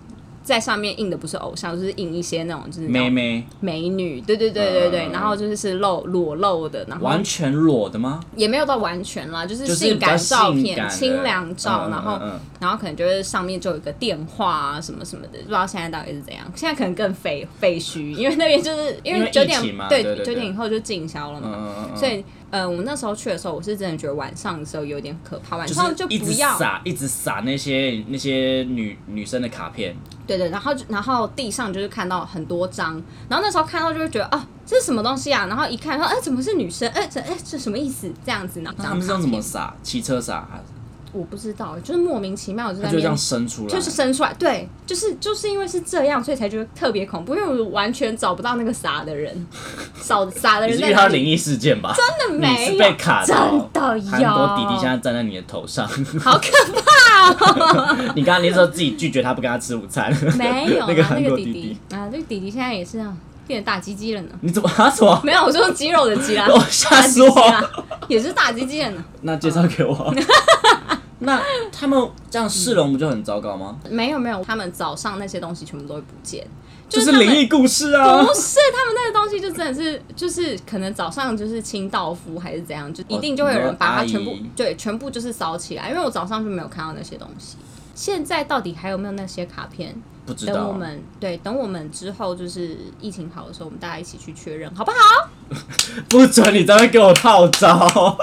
[SPEAKER 2] 在上面印的不是偶像，就是印一些那种就是
[SPEAKER 1] 妹
[SPEAKER 2] 那种
[SPEAKER 1] 妹
[SPEAKER 2] 美女，对对对对对，
[SPEAKER 1] 嗯
[SPEAKER 2] 然后就是是露裸露的，然后
[SPEAKER 1] 完全裸的吗？
[SPEAKER 2] 也没有到完全啦，就是
[SPEAKER 1] 就是
[SPEAKER 2] 性
[SPEAKER 1] 比较
[SPEAKER 2] 感照
[SPEAKER 1] 性
[SPEAKER 2] 片、
[SPEAKER 1] 感的
[SPEAKER 2] 清凉照，
[SPEAKER 1] 嗯
[SPEAKER 2] 然后
[SPEAKER 1] 嗯嗯
[SPEAKER 2] 然后可能就是上面就有一个电话啊什么什么的，不知道现在到底是怎样。现在可能更废废墟，因为那边就是
[SPEAKER 1] 因
[SPEAKER 2] 因为
[SPEAKER 1] 为
[SPEAKER 2] 九点
[SPEAKER 1] 疫情嘛对对
[SPEAKER 2] 九
[SPEAKER 1] 对
[SPEAKER 2] 点以后就禁销了
[SPEAKER 1] 嗯
[SPEAKER 2] 嘛，
[SPEAKER 1] 嗯嗯，
[SPEAKER 2] 所以呃，我那时候去的时候，我是真的觉得晚上的时候有点可怕，晚
[SPEAKER 1] 就
[SPEAKER 2] 上
[SPEAKER 1] 是
[SPEAKER 2] 就
[SPEAKER 1] 一直
[SPEAKER 2] 不要
[SPEAKER 1] 撒一直撒那些那些女女生的卡片，
[SPEAKER 2] 对对，然后就然后地上就是看到很多张，然后那时候看到就会觉得啊，这是什么东西啊？然后一看说，哎、怎么是女生？哎、这哎、这什么意思？这样子呢？
[SPEAKER 1] 那他们是
[SPEAKER 2] 这
[SPEAKER 1] 用
[SPEAKER 2] 样
[SPEAKER 1] 怎么撒？骑车撒，
[SPEAKER 2] 我不知道，就是莫名其妙就在
[SPEAKER 1] 它
[SPEAKER 2] 那
[SPEAKER 1] 就
[SPEAKER 2] 边
[SPEAKER 1] 这样伸出来，
[SPEAKER 2] 就是生出来，对，就是就是因为是这样，所以才觉得特别恐怖，因为我完全找不到那个傻的人， 傻傻的
[SPEAKER 1] 你
[SPEAKER 2] 人
[SPEAKER 1] 是
[SPEAKER 2] 在
[SPEAKER 1] 遇到
[SPEAKER 2] 哪里？
[SPEAKER 1] 灵异事件吧？
[SPEAKER 2] 真的
[SPEAKER 1] 你
[SPEAKER 2] 没
[SPEAKER 1] 是
[SPEAKER 2] 有，
[SPEAKER 1] 被卡
[SPEAKER 2] 真
[SPEAKER 1] 到
[SPEAKER 2] 的
[SPEAKER 1] 韩国弟弟
[SPEAKER 2] 有，
[SPEAKER 1] 现在站在你的头上，
[SPEAKER 2] 好可
[SPEAKER 1] 你刚刚那时候自己拒绝他不跟他吃午餐，
[SPEAKER 2] 没有啊，
[SPEAKER 1] 那个韩
[SPEAKER 2] 那
[SPEAKER 1] 国
[SPEAKER 2] 个
[SPEAKER 1] 弟
[SPEAKER 2] 弟
[SPEAKER 1] 弟，
[SPEAKER 2] 啊，这个弟弟现在也是啊，变成大鸡鸡了 呢。
[SPEAKER 1] 你怎么他什么？，
[SPEAKER 2] 没有，我是用肌肉的肌啦
[SPEAKER 1] 我吓死我
[SPEAKER 2] 大鸡鸡啦，也是大鸡鸡了呢。
[SPEAKER 1] 那介绍给我。
[SPEAKER 2] 嗯
[SPEAKER 1] 那他们这样市容不就很糟糕吗？
[SPEAKER 2] 没有没有，他们早上那些东西全部都会不见，哦
[SPEAKER 1] 就
[SPEAKER 2] 他
[SPEAKER 1] 是
[SPEAKER 2] 们
[SPEAKER 1] 灵异故事啊！
[SPEAKER 2] 不是，他们那个东西就真的是，就是可能早上就是清道夫还是怎样，就一定就会有人把它全部、
[SPEAKER 1] 你说阿姨
[SPEAKER 2] 对全部就是烧起来，因为我早上就没有看到那些东西。现在到底还有没有那些卡片？
[SPEAKER 1] 不知
[SPEAKER 2] 等我
[SPEAKER 1] 道，
[SPEAKER 2] 们对，等我们之后就是疫情好的时候，我们大家一起去确认，好不好？
[SPEAKER 1] 不准你在那边给我套 招。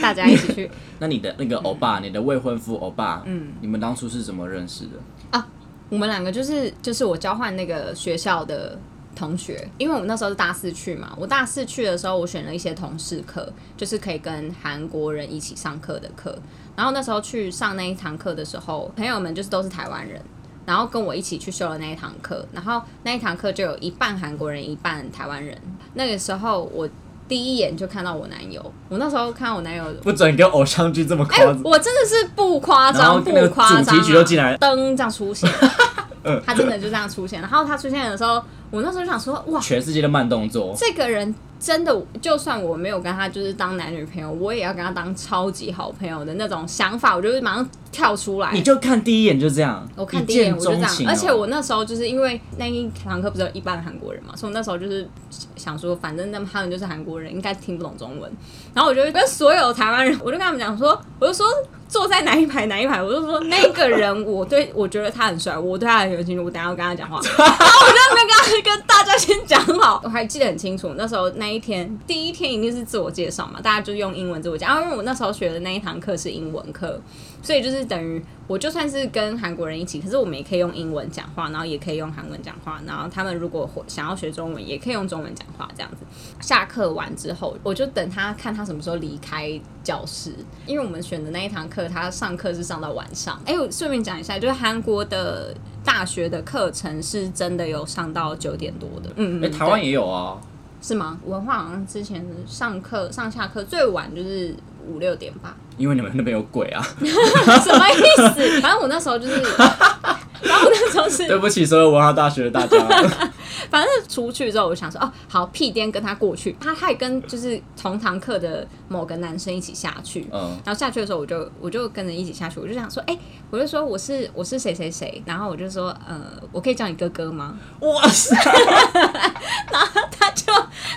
[SPEAKER 2] 大家一起去
[SPEAKER 1] 那你的那个欧巴，你的未婚夫欧巴，嗯，你们当初是怎么认识的？
[SPEAKER 2] 啊！我们两个就是就是我交换那个学校的同学，因为我们那时候是大四去嘛，我大四去的时候，我选了一些同事课，就是可以跟韩国人一起上课的课。然后那时候去上那一堂课的时候，朋友们就是都是台湾人，然后跟我一起去修了那一堂课，然后那一堂课就有一半韩国人，一半台湾人。那个时候我第一眼就看到我男友，我那时候看到我男友。
[SPEAKER 1] 不准跟偶像剧这么夸
[SPEAKER 2] 哎、
[SPEAKER 1] 张。
[SPEAKER 2] 我真的是不夸
[SPEAKER 1] 哦然后
[SPEAKER 2] 张，不
[SPEAKER 1] 那个
[SPEAKER 2] 夸张、啊，
[SPEAKER 1] 主题曲就进来了嗯
[SPEAKER 2] 灯这样 出现， 他真的就这样出现。然后他出现的时候，我那时候就想说，哇，
[SPEAKER 1] 全世界的慢动作，
[SPEAKER 2] 这个人真的，就算我没有跟他就是当男女朋友，我也要跟他当超级好朋友的那种想法，我就会马上跳出来。
[SPEAKER 1] 你就看第一眼就这样，
[SPEAKER 2] 我看第一
[SPEAKER 1] 见
[SPEAKER 2] 眼我就这
[SPEAKER 1] 钟
[SPEAKER 2] 样
[SPEAKER 1] 情，哦
[SPEAKER 2] 而且我那时候就是因为那一堂课不是有一半韩国人嘛，所以我那时候就是想说，反正那么他们就是韩国人，应该听不懂中文。然后我就跟所有台湾人，我就跟他们讲说，我就说坐在哪一排哪一排，我就说那个人我对我觉得他很帅，我对他很有兴趣，我等一下要跟他 讲话。然后我就没跟他跟大家先讲好，我还记得很清楚，那时候那一天第一天一定是自我介绍嘛，大家就用英文自我介绍，啊因为我那时候学的那一堂课是英文课，所以就是等于我就算是跟韩国人一起，可是我们也可以用英文讲话，然后也可以用韩文讲话，然后他们如果会想要学中文，也可以用中文讲话这样子。下课完之后，我就等他看他什么时候离开教室，因为我们选的那一堂课，他上课是上到晚上。哎、我顺便讲一下，就是韩国的大学的课程是真的有上到九点多的，嗯嗯，
[SPEAKER 1] 哎，台湾
[SPEAKER 2] 对
[SPEAKER 1] 也有啊，
[SPEAKER 2] 是吗？文化好像之前上课上下课最晚就是五六点吧。
[SPEAKER 1] 因为你们那边有鬼啊。
[SPEAKER 2] 什么意思？反正我那时候就是， 反正我那时候
[SPEAKER 1] 对
[SPEAKER 2] 是，
[SPEAKER 1] 不起，所有文化大学的大 家，
[SPEAKER 2] 反正出去之后我就想说，哦，好，屁颠跟他过去，他他也跟就是同堂课的某个男生一起下去。
[SPEAKER 1] 嗯，
[SPEAKER 2] 然后下去的时候，我就我就跟着一起下去，我就想说，哎、我就说我是我是谁谁谁，然后我就说，呃，我可以叫你哥哥吗？
[SPEAKER 1] 哇塞，
[SPEAKER 2] 他就，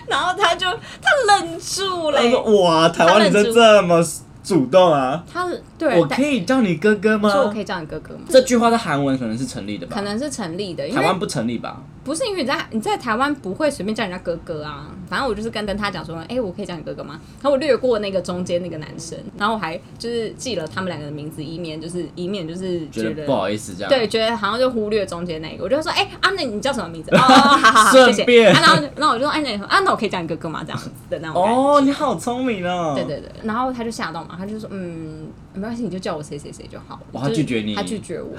[SPEAKER 2] 然后他就他愣住了
[SPEAKER 1] 他，说哇，台湾女生这么主动啊，
[SPEAKER 2] 他对，
[SPEAKER 1] 我
[SPEAKER 2] 但
[SPEAKER 1] 可以叫你哥哥
[SPEAKER 2] 说我
[SPEAKER 1] 吗
[SPEAKER 2] 可？以叫你哥哥吗？
[SPEAKER 1] 这句话在韩文可能是成立的吧
[SPEAKER 2] 可？能是成立的，因
[SPEAKER 1] 台
[SPEAKER 2] 为
[SPEAKER 1] 湾不成立吧？
[SPEAKER 2] 不是因为你在你在台湾不会随便叫人家哥哥啊，反正我就是跟跟他讲说，哎、我可以叫你哥哥吗？然后我略过那个中间那个男生，然后我还就是记了他们两个的名字，以免就是以免就是
[SPEAKER 1] 觉
[SPEAKER 2] 觉
[SPEAKER 1] 得
[SPEAKER 2] 得
[SPEAKER 1] 不好意思这样。
[SPEAKER 2] 对，，觉得好像就忽略中间那一个，我就说，哎、啊，那你叫什么名字？哦，好好好，谢
[SPEAKER 1] 顺
[SPEAKER 2] 谢。
[SPEAKER 1] 便
[SPEAKER 2] 啊、然后然后我就说，哎、那你啊，那我可以叫你哥哥吗？这样子的那种感觉。
[SPEAKER 4] 哦，你好聪明哦。
[SPEAKER 2] 对对对，然后他就吓到嘛，他就说，嗯，没关系，你就叫我谁谁谁就好了。
[SPEAKER 4] 哇他
[SPEAKER 2] 就是
[SPEAKER 4] 拒绝你
[SPEAKER 2] 他拒 绝我，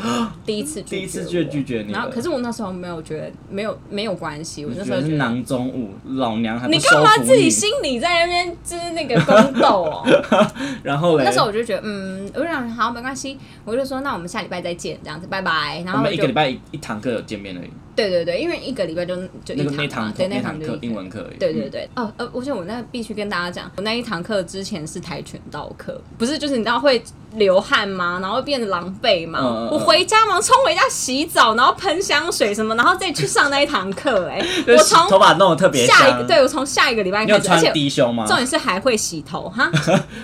[SPEAKER 2] 第一次拒绝
[SPEAKER 4] 第一次就拒
[SPEAKER 2] 绝
[SPEAKER 4] 绝你
[SPEAKER 2] 然后
[SPEAKER 4] 了，
[SPEAKER 2] 可是我那时候没有觉得没有没有关系，我
[SPEAKER 4] 你
[SPEAKER 2] 那
[SPEAKER 4] 觉
[SPEAKER 2] 时候
[SPEAKER 4] 得
[SPEAKER 2] 觉
[SPEAKER 4] 是
[SPEAKER 2] 得。
[SPEAKER 4] 囊中物，老娘还不
[SPEAKER 2] 你
[SPEAKER 4] 收
[SPEAKER 2] 干嘛
[SPEAKER 4] 服
[SPEAKER 2] 自己
[SPEAKER 4] 你
[SPEAKER 2] 心里在那边就是那个宫斗 哦？
[SPEAKER 4] 然后嘞，
[SPEAKER 2] 那时候我就觉得，嗯，我就想好没关系，我就说那我们下礼拜再见，这样子，拜拜。然
[SPEAKER 4] 我
[SPEAKER 2] 后
[SPEAKER 4] 们一个
[SPEAKER 2] 就
[SPEAKER 4] 礼拜一一堂课有见面而已，
[SPEAKER 2] 对对对，因为一个礼拜就
[SPEAKER 4] 那
[SPEAKER 2] 就一
[SPEAKER 4] 个那
[SPEAKER 2] 堂
[SPEAKER 4] 堂
[SPEAKER 2] 嘛，对
[SPEAKER 4] 那
[SPEAKER 2] 堂
[SPEAKER 4] 堂
[SPEAKER 2] 就
[SPEAKER 4] 课
[SPEAKER 2] 一
[SPEAKER 4] 英文课而已。
[SPEAKER 2] 对对
[SPEAKER 4] 嗯，
[SPEAKER 2] 对，哦呃，而且我那必须跟大家讲，我那一堂课之前是跆拳道课，不是就是你知道会流汗吗？然后会变得狼狈嘛。
[SPEAKER 4] 嗯嗯嗯，
[SPEAKER 2] 我回家嘛，冲回家洗澡，然后喷香水什么，然后再去上那一堂课、哎我
[SPEAKER 4] 就是
[SPEAKER 2] 从
[SPEAKER 4] 嗯头发弄得特别
[SPEAKER 2] 下一个，
[SPEAKER 4] 香
[SPEAKER 2] 对我从下一个礼拜
[SPEAKER 4] 你有
[SPEAKER 2] 开始，而
[SPEAKER 4] 穿
[SPEAKER 2] 且
[SPEAKER 4] 低胸吗？
[SPEAKER 2] 重点是还会洗头哈。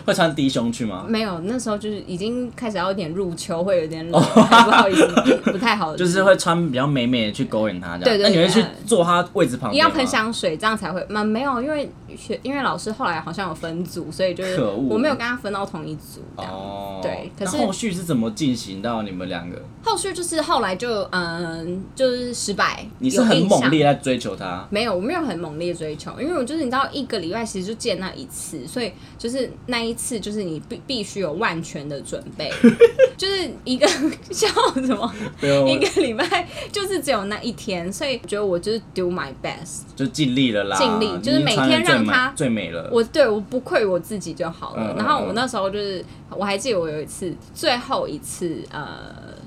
[SPEAKER 4] 会穿低胸去吗？
[SPEAKER 2] 没有，那时候就是已经开始要有点入秋，会有点 冷，还不好意思，不不太好，
[SPEAKER 4] 就是会穿比较美美的去勾引他这样。
[SPEAKER 2] 对对
[SPEAKER 4] 那你会去
[SPEAKER 2] 对
[SPEAKER 4] 坐他位置旁
[SPEAKER 2] 一
[SPEAKER 4] 边
[SPEAKER 2] 样
[SPEAKER 4] 吗？
[SPEAKER 2] 喷香水，这样才会。嘛，没有，因为学因为老师后来好像有分组，所以就是
[SPEAKER 4] 可恶
[SPEAKER 2] 我没有跟他分到同一组。这样
[SPEAKER 4] 哦。
[SPEAKER 2] 对可是
[SPEAKER 4] 那后续是怎么进行到你们两个？
[SPEAKER 2] 后续就是后来就嗯，就是失败。
[SPEAKER 4] 你是很
[SPEAKER 2] 有印象
[SPEAKER 4] 猛烈在追求他，
[SPEAKER 2] 没有，我没有很猛烈追求，因为我就是你知道，一个礼拜其实就见那一次，所以就是那一次就是你必必须有万全的准 备，就是一个 笑什么，
[SPEAKER 4] 对哦
[SPEAKER 2] 一个礼拜就是只有那一天，所以我觉得我就是 do my best，
[SPEAKER 4] 就尽力了啦。
[SPEAKER 2] 尽力就是
[SPEAKER 4] 你已经穿
[SPEAKER 2] 每天
[SPEAKER 4] 得最
[SPEAKER 2] 让
[SPEAKER 4] 美
[SPEAKER 2] 他
[SPEAKER 4] 最美了。
[SPEAKER 2] 我对我不愧我自己就好了。
[SPEAKER 4] 嗯
[SPEAKER 2] 然后我那时候就是，我还记得我有一次，最后一次，呃，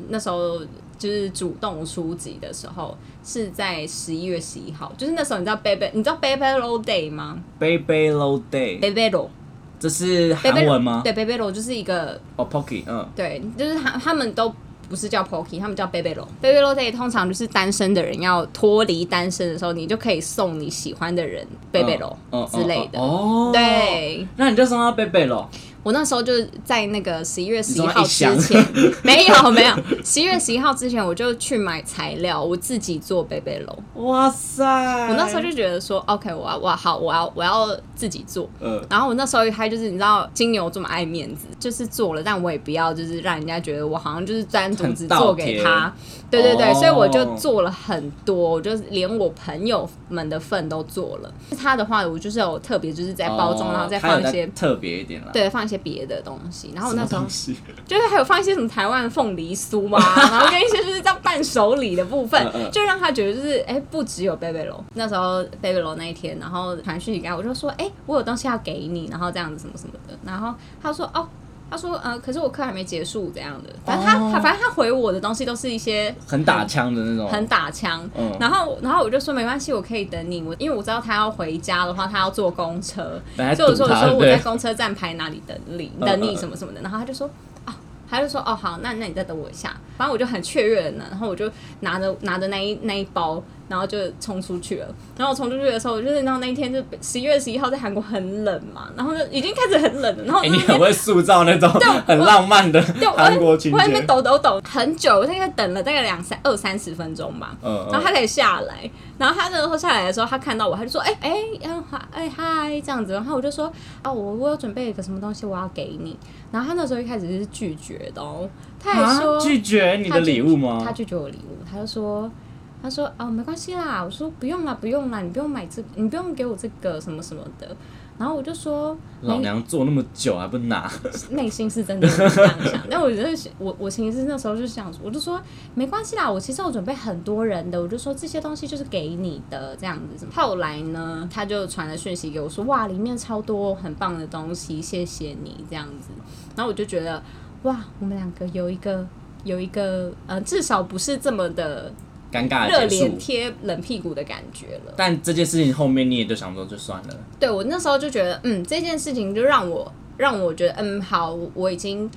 [SPEAKER 2] 那时候就是主动出击的时候，是在十一月十一号，就是那时候你知道 Baby，你知道 Baby Low Day 吗
[SPEAKER 4] Baby Low Day，
[SPEAKER 2] ？Baby Low，
[SPEAKER 4] 这是韩文吗？
[SPEAKER 2] 对，Baby Low 就是一个
[SPEAKER 4] 哦，Pocky，嗯，
[SPEAKER 2] 对，就是他他们都。不是叫 Pocky，他们叫 Baby Low。Baby Low Day 通常就是单身的人要脱离单身的时候，你就可以送你喜欢的人 Baby Low
[SPEAKER 4] 嗯
[SPEAKER 2] 之类的。
[SPEAKER 4] 哦，哦，
[SPEAKER 2] 对，
[SPEAKER 4] 那你就送他 Baby 咯。
[SPEAKER 2] 我那时候就是在那个十一月十一
[SPEAKER 4] 你
[SPEAKER 2] 号
[SPEAKER 4] 说一箱
[SPEAKER 2] 之前， 没有没有，十一月十一号之前我就去买材料，我自己做贝贝楼。
[SPEAKER 4] 哇塞！
[SPEAKER 2] 我
[SPEAKER 1] 哎
[SPEAKER 4] 我
[SPEAKER 2] 那时候就觉得说，OK，我要我要好，我要我要自己做。
[SPEAKER 4] 呃，
[SPEAKER 2] 然后我那时候还就是你知道金牛这么爱面子，就是做了，但我也不要就是让人家觉得我好像就是单独只做给他，对对对，
[SPEAKER 4] 哦
[SPEAKER 2] 所以我就做了很多，我就是连我朋友们的份都做了。他的话，我就是有特别就是在包装，
[SPEAKER 4] 哦
[SPEAKER 2] 然后再
[SPEAKER 4] 它有
[SPEAKER 2] 放一些
[SPEAKER 4] 在特别一点啦。
[SPEAKER 2] 对放一些别的东西。然后我
[SPEAKER 4] 什么
[SPEAKER 2] 那时候
[SPEAKER 4] 东西，
[SPEAKER 2] 就是还有放一些什么台湾凤梨 酥嘛，然后跟一些就是这样伴手礼的部分
[SPEAKER 4] 嗯，嗯
[SPEAKER 2] 就让他觉得就是哎、不只有贝贝楼。那时候贝贝楼那一天，然后传讯息给他，我就说哎、我有东西要给你，然后这样子什么什么的。然后他说哦，他说呃，可是我课还没结束怎样的。反正他、
[SPEAKER 4] 哦
[SPEAKER 2] 他反正他回我的东西都是一些
[SPEAKER 4] 很打枪的那种，
[SPEAKER 2] 很打枪。
[SPEAKER 4] 嗯
[SPEAKER 2] 然后然后我就说没关系，我可以等你，我因为我知道他要回家的话，他要坐公车，
[SPEAKER 4] 本来
[SPEAKER 2] 所以我说
[SPEAKER 4] 堵
[SPEAKER 2] 我
[SPEAKER 4] 他
[SPEAKER 2] 说我
[SPEAKER 4] 对
[SPEAKER 2] 在公车站牌哪里等你，
[SPEAKER 4] 嗯
[SPEAKER 2] 等
[SPEAKER 4] 嗯
[SPEAKER 2] 你什么什么的，然后他就说啊。他就说哦好，那那你再等我一下。反正我就很雀跃呢，然后我就拿着拿着那一那一包，然后就冲出去了。然后我冲出去的时候，我就是然后那一天就十一月十一号在韩国很冷嘛，然后就已经开始很冷了。然后我
[SPEAKER 4] 哎，
[SPEAKER 2] 就在
[SPEAKER 4] 你
[SPEAKER 2] 那边
[SPEAKER 4] 很会塑造那种很浪漫的
[SPEAKER 2] 对，我
[SPEAKER 4] 韩国情
[SPEAKER 2] 我在那边
[SPEAKER 4] 节。
[SPEAKER 2] 抖抖抖很久，我大概等了大概两三二三十分钟吧。
[SPEAKER 4] 嗯
[SPEAKER 2] 然后他才下来，然后他那时候下来的时候，他看到我，他就说：“哎、哎，嗯，嗨哎嗨，这样子。”然后我就说：“啊，我我有准备一个什么东西，我要给你。”然后他那时候一开始是拒绝的哦，他还说、
[SPEAKER 4] 啊，拒绝你的礼物
[SPEAKER 2] 他
[SPEAKER 4] 吗？
[SPEAKER 2] 拒绝我礼物，他就说。他说：“哦，没关系啦。”我说：“不用啦，不用啦，你不用买这个你不用给我这个什么什么的。”然后我就说：“
[SPEAKER 4] 老娘做那么久还不拿，
[SPEAKER 2] 内心是真的有这样想，但我觉得我我其实那时候就想，我就说没关系啦，我其实有准备很多人的，我就说这些东西就是给你的这样子。后来呢，他就传了讯息给我说，哇，里面超多很棒的东西，谢谢你这样子。然后我就觉得，哇，我们两个有一个有一个呃，至少不是这么的
[SPEAKER 4] 尴尬
[SPEAKER 2] 热
[SPEAKER 4] 的结
[SPEAKER 2] 脸
[SPEAKER 4] 束。
[SPEAKER 2] 贴冷屁股的感觉了。
[SPEAKER 4] 但这件事情后面你也就想说就算了，
[SPEAKER 2] 对我那时候就觉得，嗯，这件事情就让我让我觉得，嗯，好，我已经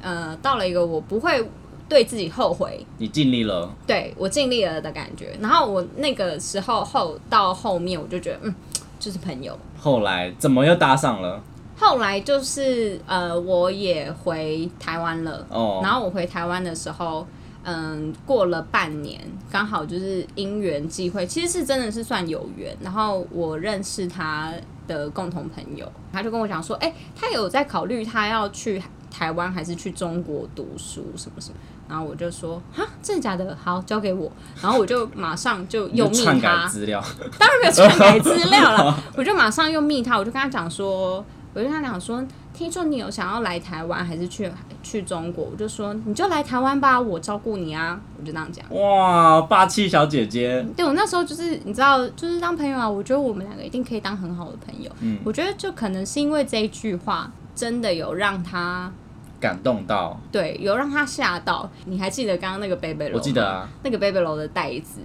[SPEAKER 2] 呃到了一个我不会对自己后悔，
[SPEAKER 4] 你尽力了，
[SPEAKER 2] 对我尽力了的感觉。然后我那个时候后到后面，我就觉得，嗯，就是朋友。
[SPEAKER 4] 后来怎么又搭上了？
[SPEAKER 2] 后来就是呃，我也回台湾了，
[SPEAKER 4] 哦
[SPEAKER 2] 然后我回台湾的时候。嗯，过了半年，刚好就是因缘际会，其实是真的是算有缘。然后我认识他的共同朋友，他就跟我讲说，哎、他有在考虑他要去台湾还是去中国读书什么什么。然后我就说，哈，真的假的？好，交给我。然后我就马上就
[SPEAKER 1] 就
[SPEAKER 2] 又密
[SPEAKER 1] 篡改
[SPEAKER 2] 他，
[SPEAKER 1] 资料，
[SPEAKER 2] 当然没有篡改资料了， 我就马上又密他，我就跟他讲说，我就跟他讲说，听说你有想要来台湾还是去去中国，我就说你就来台湾吧，我照顾你啊，我就这样讲。
[SPEAKER 1] 哇，霸气小姐姐，
[SPEAKER 2] 对我那时候就是你知道，就是当朋友啊，我觉得我们两个一定可以当很好的朋友。
[SPEAKER 1] 嗯
[SPEAKER 2] 我觉得就可能是因为这一句话，真的有让他
[SPEAKER 1] 感动到，
[SPEAKER 2] 对有让他吓到。你还记得刚刚那个贝贝楼？
[SPEAKER 1] 我记得啊，
[SPEAKER 2] 那个贝贝楼的袋子，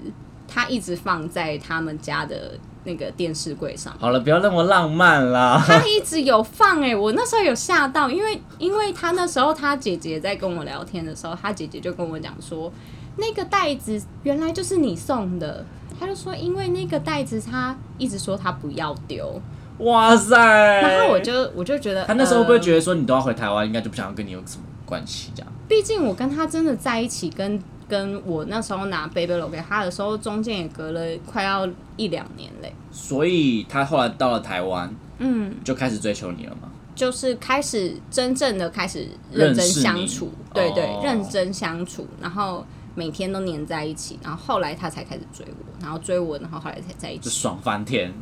[SPEAKER 2] 他一直放在他们家的那个电视柜上。
[SPEAKER 1] 好了，不要那么浪漫啦。
[SPEAKER 2] 他一直有放哎、我那时候有吓到，因为因为他那时候他姐姐在跟我聊天的时候，他姐姐就跟我讲说，那个袋子原来就是你送的。他就说，因为那个袋子他一直说他不要丢，
[SPEAKER 1] 哇塞！
[SPEAKER 2] 然后我嗯就我就觉得
[SPEAKER 1] 哎
[SPEAKER 2] 呃
[SPEAKER 1] 他那时候会不会觉
[SPEAKER 2] 得，
[SPEAKER 1] 得说你都要回台湾，应该就不想要跟你有什么关系这样？
[SPEAKER 2] 毕竟我跟他真的在一起，跟跟我那时候拿 baby 楼给他的时候，中间也隔了快要一两年嘞。
[SPEAKER 1] 所以他后来到了台湾，
[SPEAKER 2] 嗯，
[SPEAKER 1] 就开始追求你了嘛？
[SPEAKER 2] 就是开始真正的开始认真相
[SPEAKER 1] 认识
[SPEAKER 2] 处
[SPEAKER 1] 你，
[SPEAKER 2] 对对，
[SPEAKER 1] 哦
[SPEAKER 2] 认真相处，然后每天都黏在一起，然后后来他才开始追我，然后追我，然后后来才在一
[SPEAKER 1] 就
[SPEAKER 2] 起。
[SPEAKER 1] 爽翻天，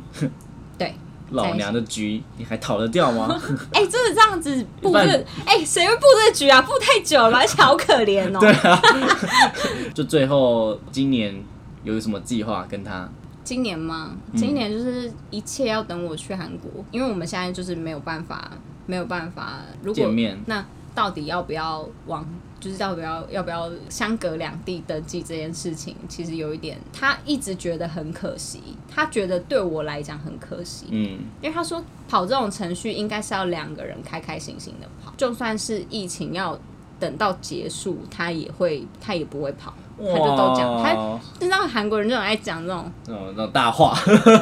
[SPEAKER 2] 对，
[SPEAKER 1] 老娘的局你还逃得掉吗？
[SPEAKER 2] 哎、真的这样子布
[SPEAKER 1] 不然
[SPEAKER 2] 这，哎、谁会布这局啊？布太久了，而且好可 怜哦。
[SPEAKER 1] 就最后今年有什么计划跟他？
[SPEAKER 2] 今年吗？
[SPEAKER 1] 嗯
[SPEAKER 2] 今年就是一切要等我去韩国，因为我们现在就是没有办法，没有办法。如果
[SPEAKER 1] 见面
[SPEAKER 2] 那到底要不要往，就是要不要要不要相隔两地登记这件事情，其实有一点，他一直觉得很可惜，他觉得对我来讲很可惜，
[SPEAKER 1] 嗯，
[SPEAKER 2] 因为他说跑这种程序应该是要两个人开开心心的跑，就算是疫情要等到结束，他也会他也不会跑。他就都讲，他
[SPEAKER 1] 哇哦
[SPEAKER 2] 你知道韩国人就很爱讲这 种，
[SPEAKER 1] 那种那种大话，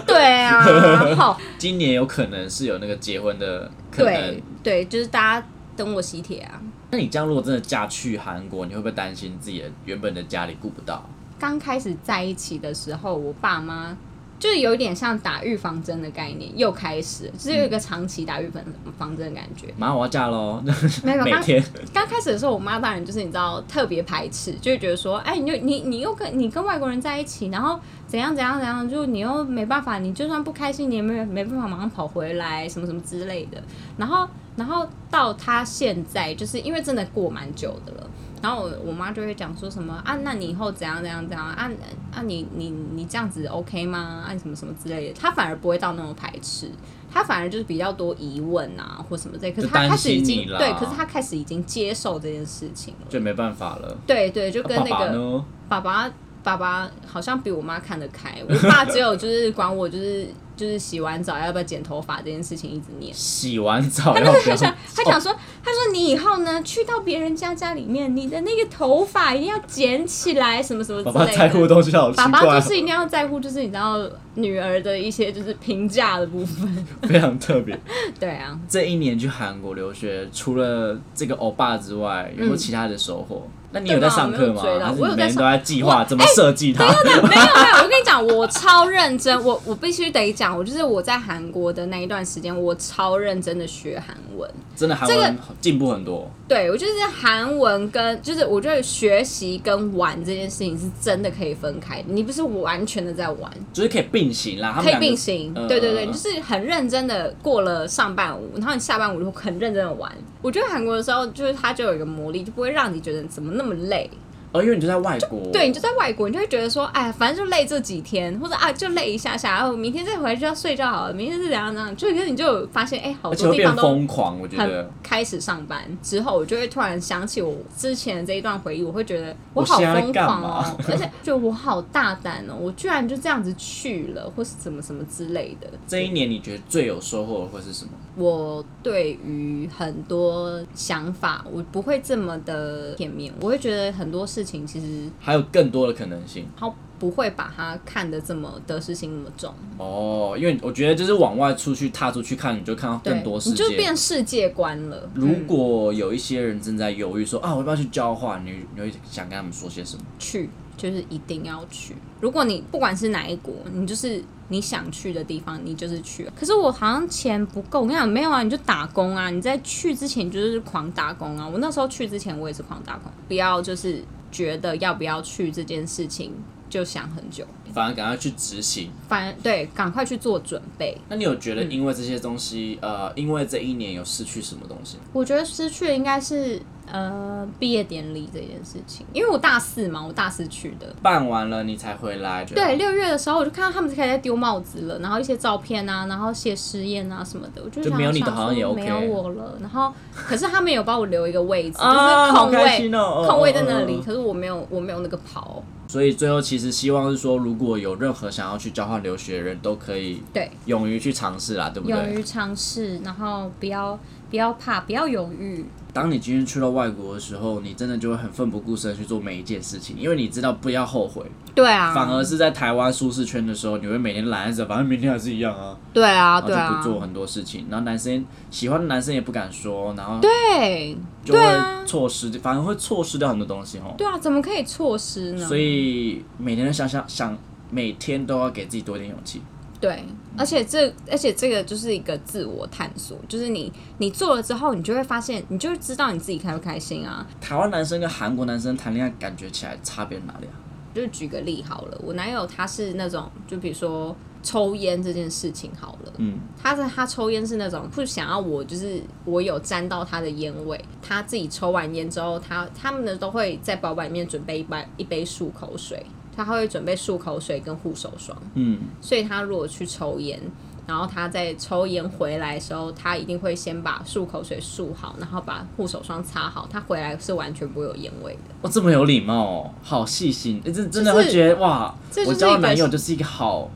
[SPEAKER 2] 对啊，好，
[SPEAKER 1] 今年有可能是有那个结婚的可
[SPEAKER 2] 对
[SPEAKER 1] 能。
[SPEAKER 2] 对，就是大家等我喜帖啊。
[SPEAKER 1] 那你这样如果真的嫁去韩国，你会不会担心自己的原本的家里顾不到？
[SPEAKER 2] 刚开始在一起的时候，我爸妈就是有一点像打预防针的概念，又开始了，就是有一个长期打预防防针的感 觉。
[SPEAKER 1] 妈，我要嫁喽！
[SPEAKER 2] 没 有，
[SPEAKER 1] 每
[SPEAKER 2] 刚
[SPEAKER 1] 天
[SPEAKER 2] 刚开始的时候，我妈当然就是你知道特别排斥，就会觉得说，哎，你就你你又跟你跟外国人在一起，然后怎样怎样怎样，就你又没办法，你就算不开心，你也没没办法马上跑回来，什么什么之类的。然后然后到他现在，就是因为真的过蛮久的了。然后我我妈就会讲说什么啊，那你以后怎样怎样怎样啊啊你你你这样子 OK 吗？啊什么什么之类的，她反而不会到那种排斥，她反而就是比较多疑问啊或什么之类的。可是
[SPEAKER 1] 就
[SPEAKER 2] 她
[SPEAKER 1] 担
[SPEAKER 2] 开始已
[SPEAKER 1] 心
[SPEAKER 2] 经
[SPEAKER 1] 你啦
[SPEAKER 2] 对，可是她开始已经接受这件事情了。
[SPEAKER 1] 就没办法了。
[SPEAKER 2] 对对，就跟那
[SPEAKER 1] 爸爸
[SPEAKER 2] 个
[SPEAKER 1] 呢？
[SPEAKER 2] 爸爸爸爸好像比我妈看得开，我爸只有就是管我就是就是洗完澡要不要剪头发这件事情一直念。
[SPEAKER 1] 洗完澡要不要？
[SPEAKER 2] 他讲说，他说你以后呢，去到别人家家里面，你的那个头发一定要剪起来，什么什么之
[SPEAKER 1] 哦爸
[SPEAKER 2] 类的。
[SPEAKER 1] 爸在乎的东西好奇
[SPEAKER 2] 爸
[SPEAKER 1] 怪、
[SPEAKER 2] 爸
[SPEAKER 1] 哦，
[SPEAKER 2] 就是一定要在乎，就是你知道女儿的一些就是评价的部分。
[SPEAKER 1] 非常特别。
[SPEAKER 2] 对啊，
[SPEAKER 1] 这一年去韩国留学，除了这个欧巴之外，有没有其他的收获？那你有在上课吗？
[SPEAKER 2] 嗯对吧
[SPEAKER 1] 还是
[SPEAKER 2] 我
[SPEAKER 1] 你每
[SPEAKER 2] 哎有在
[SPEAKER 1] 天
[SPEAKER 2] 上
[SPEAKER 1] 都在计划怎么设计它？
[SPEAKER 2] 没有没有，我跟你讲，我超认真，我我必须得讲，我就是我在韩国的那一段时间，我超认真的学韩文。
[SPEAKER 1] 真的韩文进步很多，
[SPEAKER 2] 对，我就是韩文跟就是我觉得学习跟玩这件事情是真的可以分开的，你不是完全的在玩，
[SPEAKER 1] 就是可以并行啦。他
[SPEAKER 2] 可
[SPEAKER 1] 们
[SPEAKER 2] 以
[SPEAKER 1] 两个
[SPEAKER 2] 并行，
[SPEAKER 1] 嗯
[SPEAKER 2] 对对对，
[SPEAKER 1] 嗯嗯
[SPEAKER 2] 就是很认真的过了上半午，然后你下半午就很认真的玩。我觉得韩国的时候，就是它就有一个魔力，就不会让你觉得怎么那么累。
[SPEAKER 1] 哦，因为你就在外国，
[SPEAKER 2] 对，你就在外国，你就会觉得说，哎，反正就累这几天，或者啊就累一下下，然后明天再回来就要睡觉好了，明天是怎样怎样，就可是你就有发现，哎，好
[SPEAKER 1] 而且
[SPEAKER 2] 多
[SPEAKER 1] 会
[SPEAKER 2] 地
[SPEAKER 1] 变
[SPEAKER 2] 方都
[SPEAKER 1] 疯狂，我觉
[SPEAKER 2] 很
[SPEAKER 1] 得。
[SPEAKER 2] 开始上班之后，我就会突然想起我之前的这一段回忆，我会觉得
[SPEAKER 1] 我
[SPEAKER 2] 好
[SPEAKER 1] 现在在
[SPEAKER 2] 疯
[SPEAKER 1] 干
[SPEAKER 2] 狂
[SPEAKER 1] 嘛
[SPEAKER 2] 哦， 而且觉得我好大胆哦，我居然就这样子去了，或是怎么什么之类的。
[SPEAKER 1] 这一年你觉得最有收获的会是什么？
[SPEAKER 2] 我对于很多想法，我不会这么的片面，我会觉得很多事情其实
[SPEAKER 1] 还有更多的可能性，
[SPEAKER 2] 好不会把它看得这么得失心那么重，
[SPEAKER 1] 哦，因为我觉得就是往外出去踏出去看，你就看到
[SPEAKER 2] 对，
[SPEAKER 1] 更多世
[SPEAKER 2] 你
[SPEAKER 1] 界。
[SPEAKER 2] 就变世界观了。
[SPEAKER 1] 如果有一些人正在犹豫说啊，我要不要去交换？你你会想跟他们说些什么？
[SPEAKER 2] 去就是一定要去。如果你不管是哪一国，你就是你想去的地方，你就是去。可是我好像钱不够，我跟你讲没有啊，你就打工啊。你在去之前你就是狂打工啊。我那时候去之前我也是狂打工，不要就是觉得要不要去这件事情就想很久，
[SPEAKER 1] 反而赶快去执行。
[SPEAKER 2] 反对赶快去做准备。
[SPEAKER 1] 那你有觉得
[SPEAKER 2] 嗯
[SPEAKER 1] 因为这些东西，呃，因为这一年有失去什么东西？
[SPEAKER 2] 我觉得失去的应该是呃毕业典礼这件事情，因为我大四嘛，我大四去的，
[SPEAKER 1] 办完了你才回来，觉得
[SPEAKER 2] 对，，六月的时候我就看到他们开始在丢帽子了，然后一些照片啊，然后写实验啊什么的，我就
[SPEAKER 1] 就
[SPEAKER 2] 想
[SPEAKER 1] 没有你的
[SPEAKER 2] 想
[SPEAKER 1] 好像
[SPEAKER 2] 说
[SPEAKER 1] 也
[SPEAKER 2] 没有
[SPEAKER 1] OK
[SPEAKER 2] 我了。然后，可是他们有帮我留一个位 置，
[SPEAKER 1] 啊
[SPEAKER 2] 就是空
[SPEAKER 1] 好开
[SPEAKER 2] 位，
[SPEAKER 1] 心哦
[SPEAKER 2] 空位在那
[SPEAKER 1] 嗯嗯
[SPEAKER 2] 里
[SPEAKER 1] 嗯，
[SPEAKER 2] 可是我没有，我没有那个袍。
[SPEAKER 1] 所以最后其实希望是说，如果有任何想要去交换留学的人都可以
[SPEAKER 2] 对，
[SPEAKER 1] 勇于去尝试啦，对不
[SPEAKER 2] 勇
[SPEAKER 1] 对？
[SPEAKER 2] 于尝试，然后不要不要怕，不要犹豫。
[SPEAKER 1] 当你今天去到外国的时候，你真的就会很奋不顾身地去做每一件事情，因为你知道不要后悔。
[SPEAKER 2] 对啊，
[SPEAKER 1] 反而是在台湾舒适圈的时候，你会每天懒着，反正明天还是一样啊，
[SPEAKER 2] 对啊，对
[SPEAKER 1] 然后就不
[SPEAKER 2] 啊，
[SPEAKER 1] 做很多事情。然后男生喜欢的男生也不敢说，然后
[SPEAKER 2] 对啊
[SPEAKER 1] 就会错失，反而会错失掉很多东西哦。
[SPEAKER 2] 对啊，怎么可以错失呢？
[SPEAKER 1] 所以每天都想想想，每天都要给自己多一点勇气。
[SPEAKER 2] 对，而且这而且这个就是一个自我探索，就是你你做了之后，你就会发现，你就会知道你自己开不开心啊。
[SPEAKER 1] 台湾男生跟韩国男生谈恋爱，感觉起来差别哪里啊？
[SPEAKER 2] 就举个例好了，我男友他是那种，就比如说抽烟这件事情好了，
[SPEAKER 1] 嗯，
[SPEAKER 2] 他的他抽烟是那种不想要我就是我有沾到他的烟味，他自己抽完烟之后，他他们呢都会在包包里面准备一杯一杯漱口水，他会准备漱口水跟护手霜。
[SPEAKER 1] 嗯，
[SPEAKER 2] 所以他如果去抽烟，然后他在抽烟回来的时候，他一定会先把漱口水漱好，然后把护手霜擦好，他回来是完全不会有烟味的。
[SPEAKER 1] 哇，这么有礼貌、哦，好细心，诶这真的会觉得哇
[SPEAKER 2] 这，就
[SPEAKER 1] 我
[SPEAKER 2] 是
[SPEAKER 1] 交
[SPEAKER 2] 一
[SPEAKER 1] 的
[SPEAKER 2] 个
[SPEAKER 1] 男友就是一个好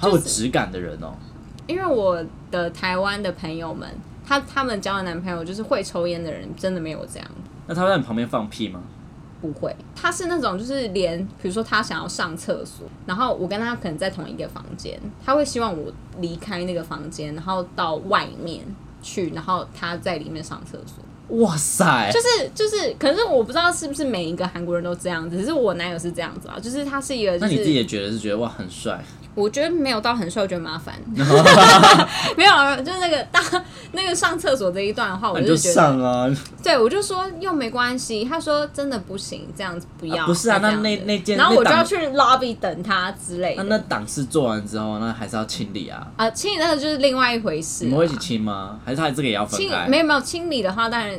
[SPEAKER 1] 好有质感的人哦。
[SPEAKER 2] 因为我的台湾的朋友们，他他们交的男朋友就是会抽烟的人，真的没有这样。
[SPEAKER 1] 那他会在你旁边放屁吗？
[SPEAKER 2] 不会，他是那种就是连，比如说他想要上厕所，然后我跟他可能在同一个房间，他会希望我离开那个房间，然后到外面去，然后他在里面上厕所。
[SPEAKER 1] 哇塞，
[SPEAKER 2] 就是就是，可是我不知道是不是每一个韩国人都这样子，只是我男友是这样子啊，就是他是一个，
[SPEAKER 1] 那
[SPEAKER 2] 就
[SPEAKER 1] 你自己
[SPEAKER 2] 是
[SPEAKER 1] 也觉得是觉得哇很帅，
[SPEAKER 2] 我觉得没有到很瘦，我觉得麻 烦，没有啊，就是那个大那个上厕所这一段的话，我
[SPEAKER 1] 那你
[SPEAKER 2] 就
[SPEAKER 1] 就是
[SPEAKER 2] 觉得，
[SPEAKER 1] 上啊！
[SPEAKER 2] 对我就说又没关系，他说真的不行，这样子不要，
[SPEAKER 1] 啊不是啊
[SPEAKER 2] 这样子
[SPEAKER 1] 那那那件
[SPEAKER 2] 然后我就
[SPEAKER 1] 那档
[SPEAKER 2] 要去 lobby 等他之类
[SPEAKER 1] 那
[SPEAKER 2] 的，
[SPEAKER 1] 那档次做完之后，那还是要清理啊。
[SPEAKER 2] 啊，清理那个就是另外一回事啊，
[SPEAKER 1] 你们会一起清吗？还是他这个也要分
[SPEAKER 2] 清
[SPEAKER 1] 开？
[SPEAKER 2] 没有没有清理的话，当然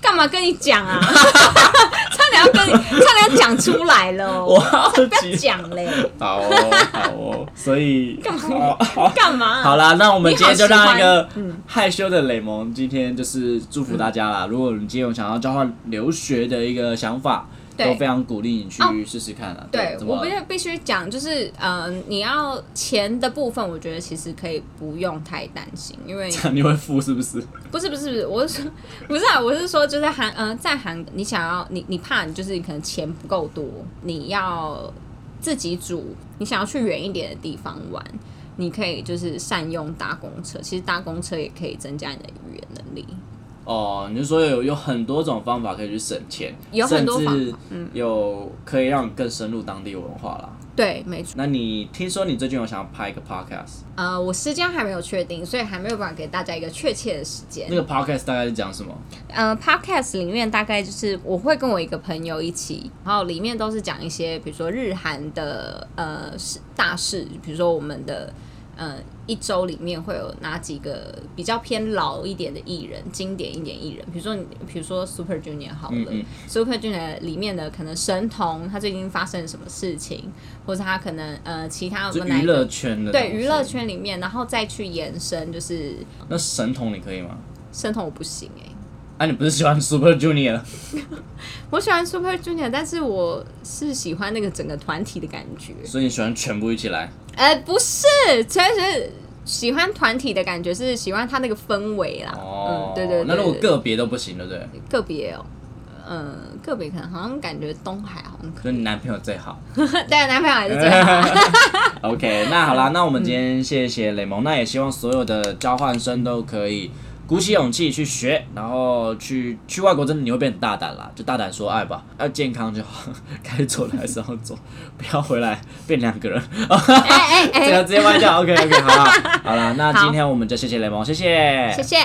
[SPEAKER 2] 干嘛跟你 讲啊？差点要跟你，差点要讲出来了哦，
[SPEAKER 1] 我 好
[SPEAKER 2] 不要
[SPEAKER 1] 奇。
[SPEAKER 2] 讲嘞。
[SPEAKER 1] 好哦，好哦，所以好
[SPEAKER 2] 干嘛？啊
[SPEAKER 1] 好啦，那我们
[SPEAKER 2] 你好
[SPEAKER 1] 今天就让一个
[SPEAKER 2] 喜欢嗯
[SPEAKER 1] 害羞的雷蒙，今天就是祝福大家啦。如果你今天有想要交换留学的一个想法，
[SPEAKER 2] 对
[SPEAKER 1] 都非常鼓励你去
[SPEAKER 2] 哦
[SPEAKER 1] 试试看啊。
[SPEAKER 2] 对
[SPEAKER 1] 怎么
[SPEAKER 2] 我必
[SPEAKER 1] 了
[SPEAKER 2] 须必须讲，就是呃，你要钱的部分，我觉得其实可以不用太担心，因为
[SPEAKER 1] 你会付是不是？
[SPEAKER 2] 不是不是不是，我是说不是啊，我是说就是韩呃，在韩你想要你你怕你就是可能钱不够多，你要自己煮，你想要去远一点的地方玩，你可以就是善用搭公车，其实搭公车也可以增加你的语言能力。
[SPEAKER 1] 哦，你是说有有很多种方法可以去省钱，
[SPEAKER 2] 有很多方法嗯
[SPEAKER 1] 甚至有可以让你更深入当地文化啦。
[SPEAKER 2] 对，没错。
[SPEAKER 1] 那你听说你最近有想要拍一个 podcast，
[SPEAKER 2] 呃，我时间还没有确定，所以还没有办法给大家一个确切的时间
[SPEAKER 1] 那。个 podcast 大概是讲什么？
[SPEAKER 2] 呃，podcast 里面大概就是我会跟我一个朋友一起，然后里面都是讲一些，比如说日韩的呃事大事，比如说我们的呃一周里面会有哪几个比较偏老一点的艺人，经典一点艺人，比如说你比如说 Super Junior 好了、
[SPEAKER 1] 嗯
[SPEAKER 2] s u p e r Junior 里面的可能神童他最近发生了什么事情，或者他可能呃其他我
[SPEAKER 1] 就
[SPEAKER 2] 们哪
[SPEAKER 1] 娱
[SPEAKER 2] 一个
[SPEAKER 1] 乐圈的。
[SPEAKER 2] 对娱乐。圈里面，然后再去延伸，就是
[SPEAKER 1] 那神童你可以吗？
[SPEAKER 2] 神童我不行
[SPEAKER 1] 啊，
[SPEAKER 2] 哎、
[SPEAKER 1] 你不是喜欢 Super Junior？
[SPEAKER 2] 我喜欢 Super Junior，但是我是喜欢那个整个团体的感觉。
[SPEAKER 1] 所以你喜欢全部一起来？
[SPEAKER 2] 呃，不是，其实喜欢团体的感觉是喜欢他那个氛围啦。
[SPEAKER 1] 哦，
[SPEAKER 2] 嗯，对对对
[SPEAKER 1] 那如果
[SPEAKER 2] 对
[SPEAKER 1] 个别都不行，对不对？
[SPEAKER 2] 个别哦，呃个别可能好像感觉东海好像可
[SPEAKER 4] 所以你男朋友最好。
[SPEAKER 2] 对，男朋友还是 最好。
[SPEAKER 4] OK，那好
[SPEAKER 2] 嗯
[SPEAKER 4] 啦，那我们今天谢谢雷蒙，那也希望所有的交换生都可以鼓起勇气去学，然后去去外国，真的你会变很大胆啦，就大胆说爱吧，要健康就好， 该走的还是要走， 不要回来 变两个人，
[SPEAKER 2] 哎哎
[SPEAKER 4] 这个
[SPEAKER 2] 哎，
[SPEAKER 4] 直接歪掉。OK OK，好啦，好啦，那今天我们就谢谢雷蒙，谢谢，
[SPEAKER 2] 谢谢。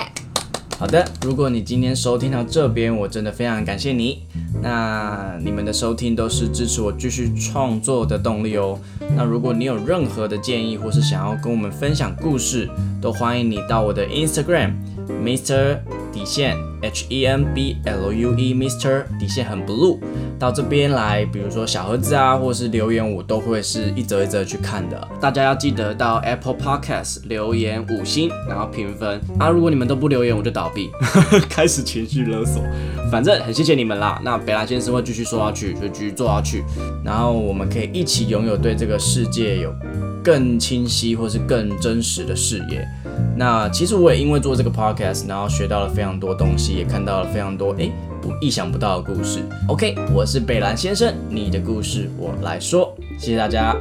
[SPEAKER 4] 好的。
[SPEAKER 1] 如果你今天收听到这边，我真的非常感谢你。那你们的收听都是支持我继续创作的动力哦。那如果你有任何的建议，或是想要跟我们分享故事，都欢迎你到我的 Instagram Mr 底线 H E M B L U E Mr 底线很 blue 到这边来，比如说小盒子啊，或是留言，我都会是一则一则去看的。大家要记得到 Apple Podcast 留言五星，然后评分啊。如果你们都不留言，我就倒闭， 开始情绪勒索。反正很谢谢你们啦。那北兰先生会继续说下去，就继续做下去，然后我们可以一起拥有对这个世界有更清晰或是更真实的视野。那其实我也因为做这个 podcast，然后学到了非常多东西，也看到了非常多诶不意想不到的故事。OK，我是北兰先生，你的故事我来说，谢谢大家，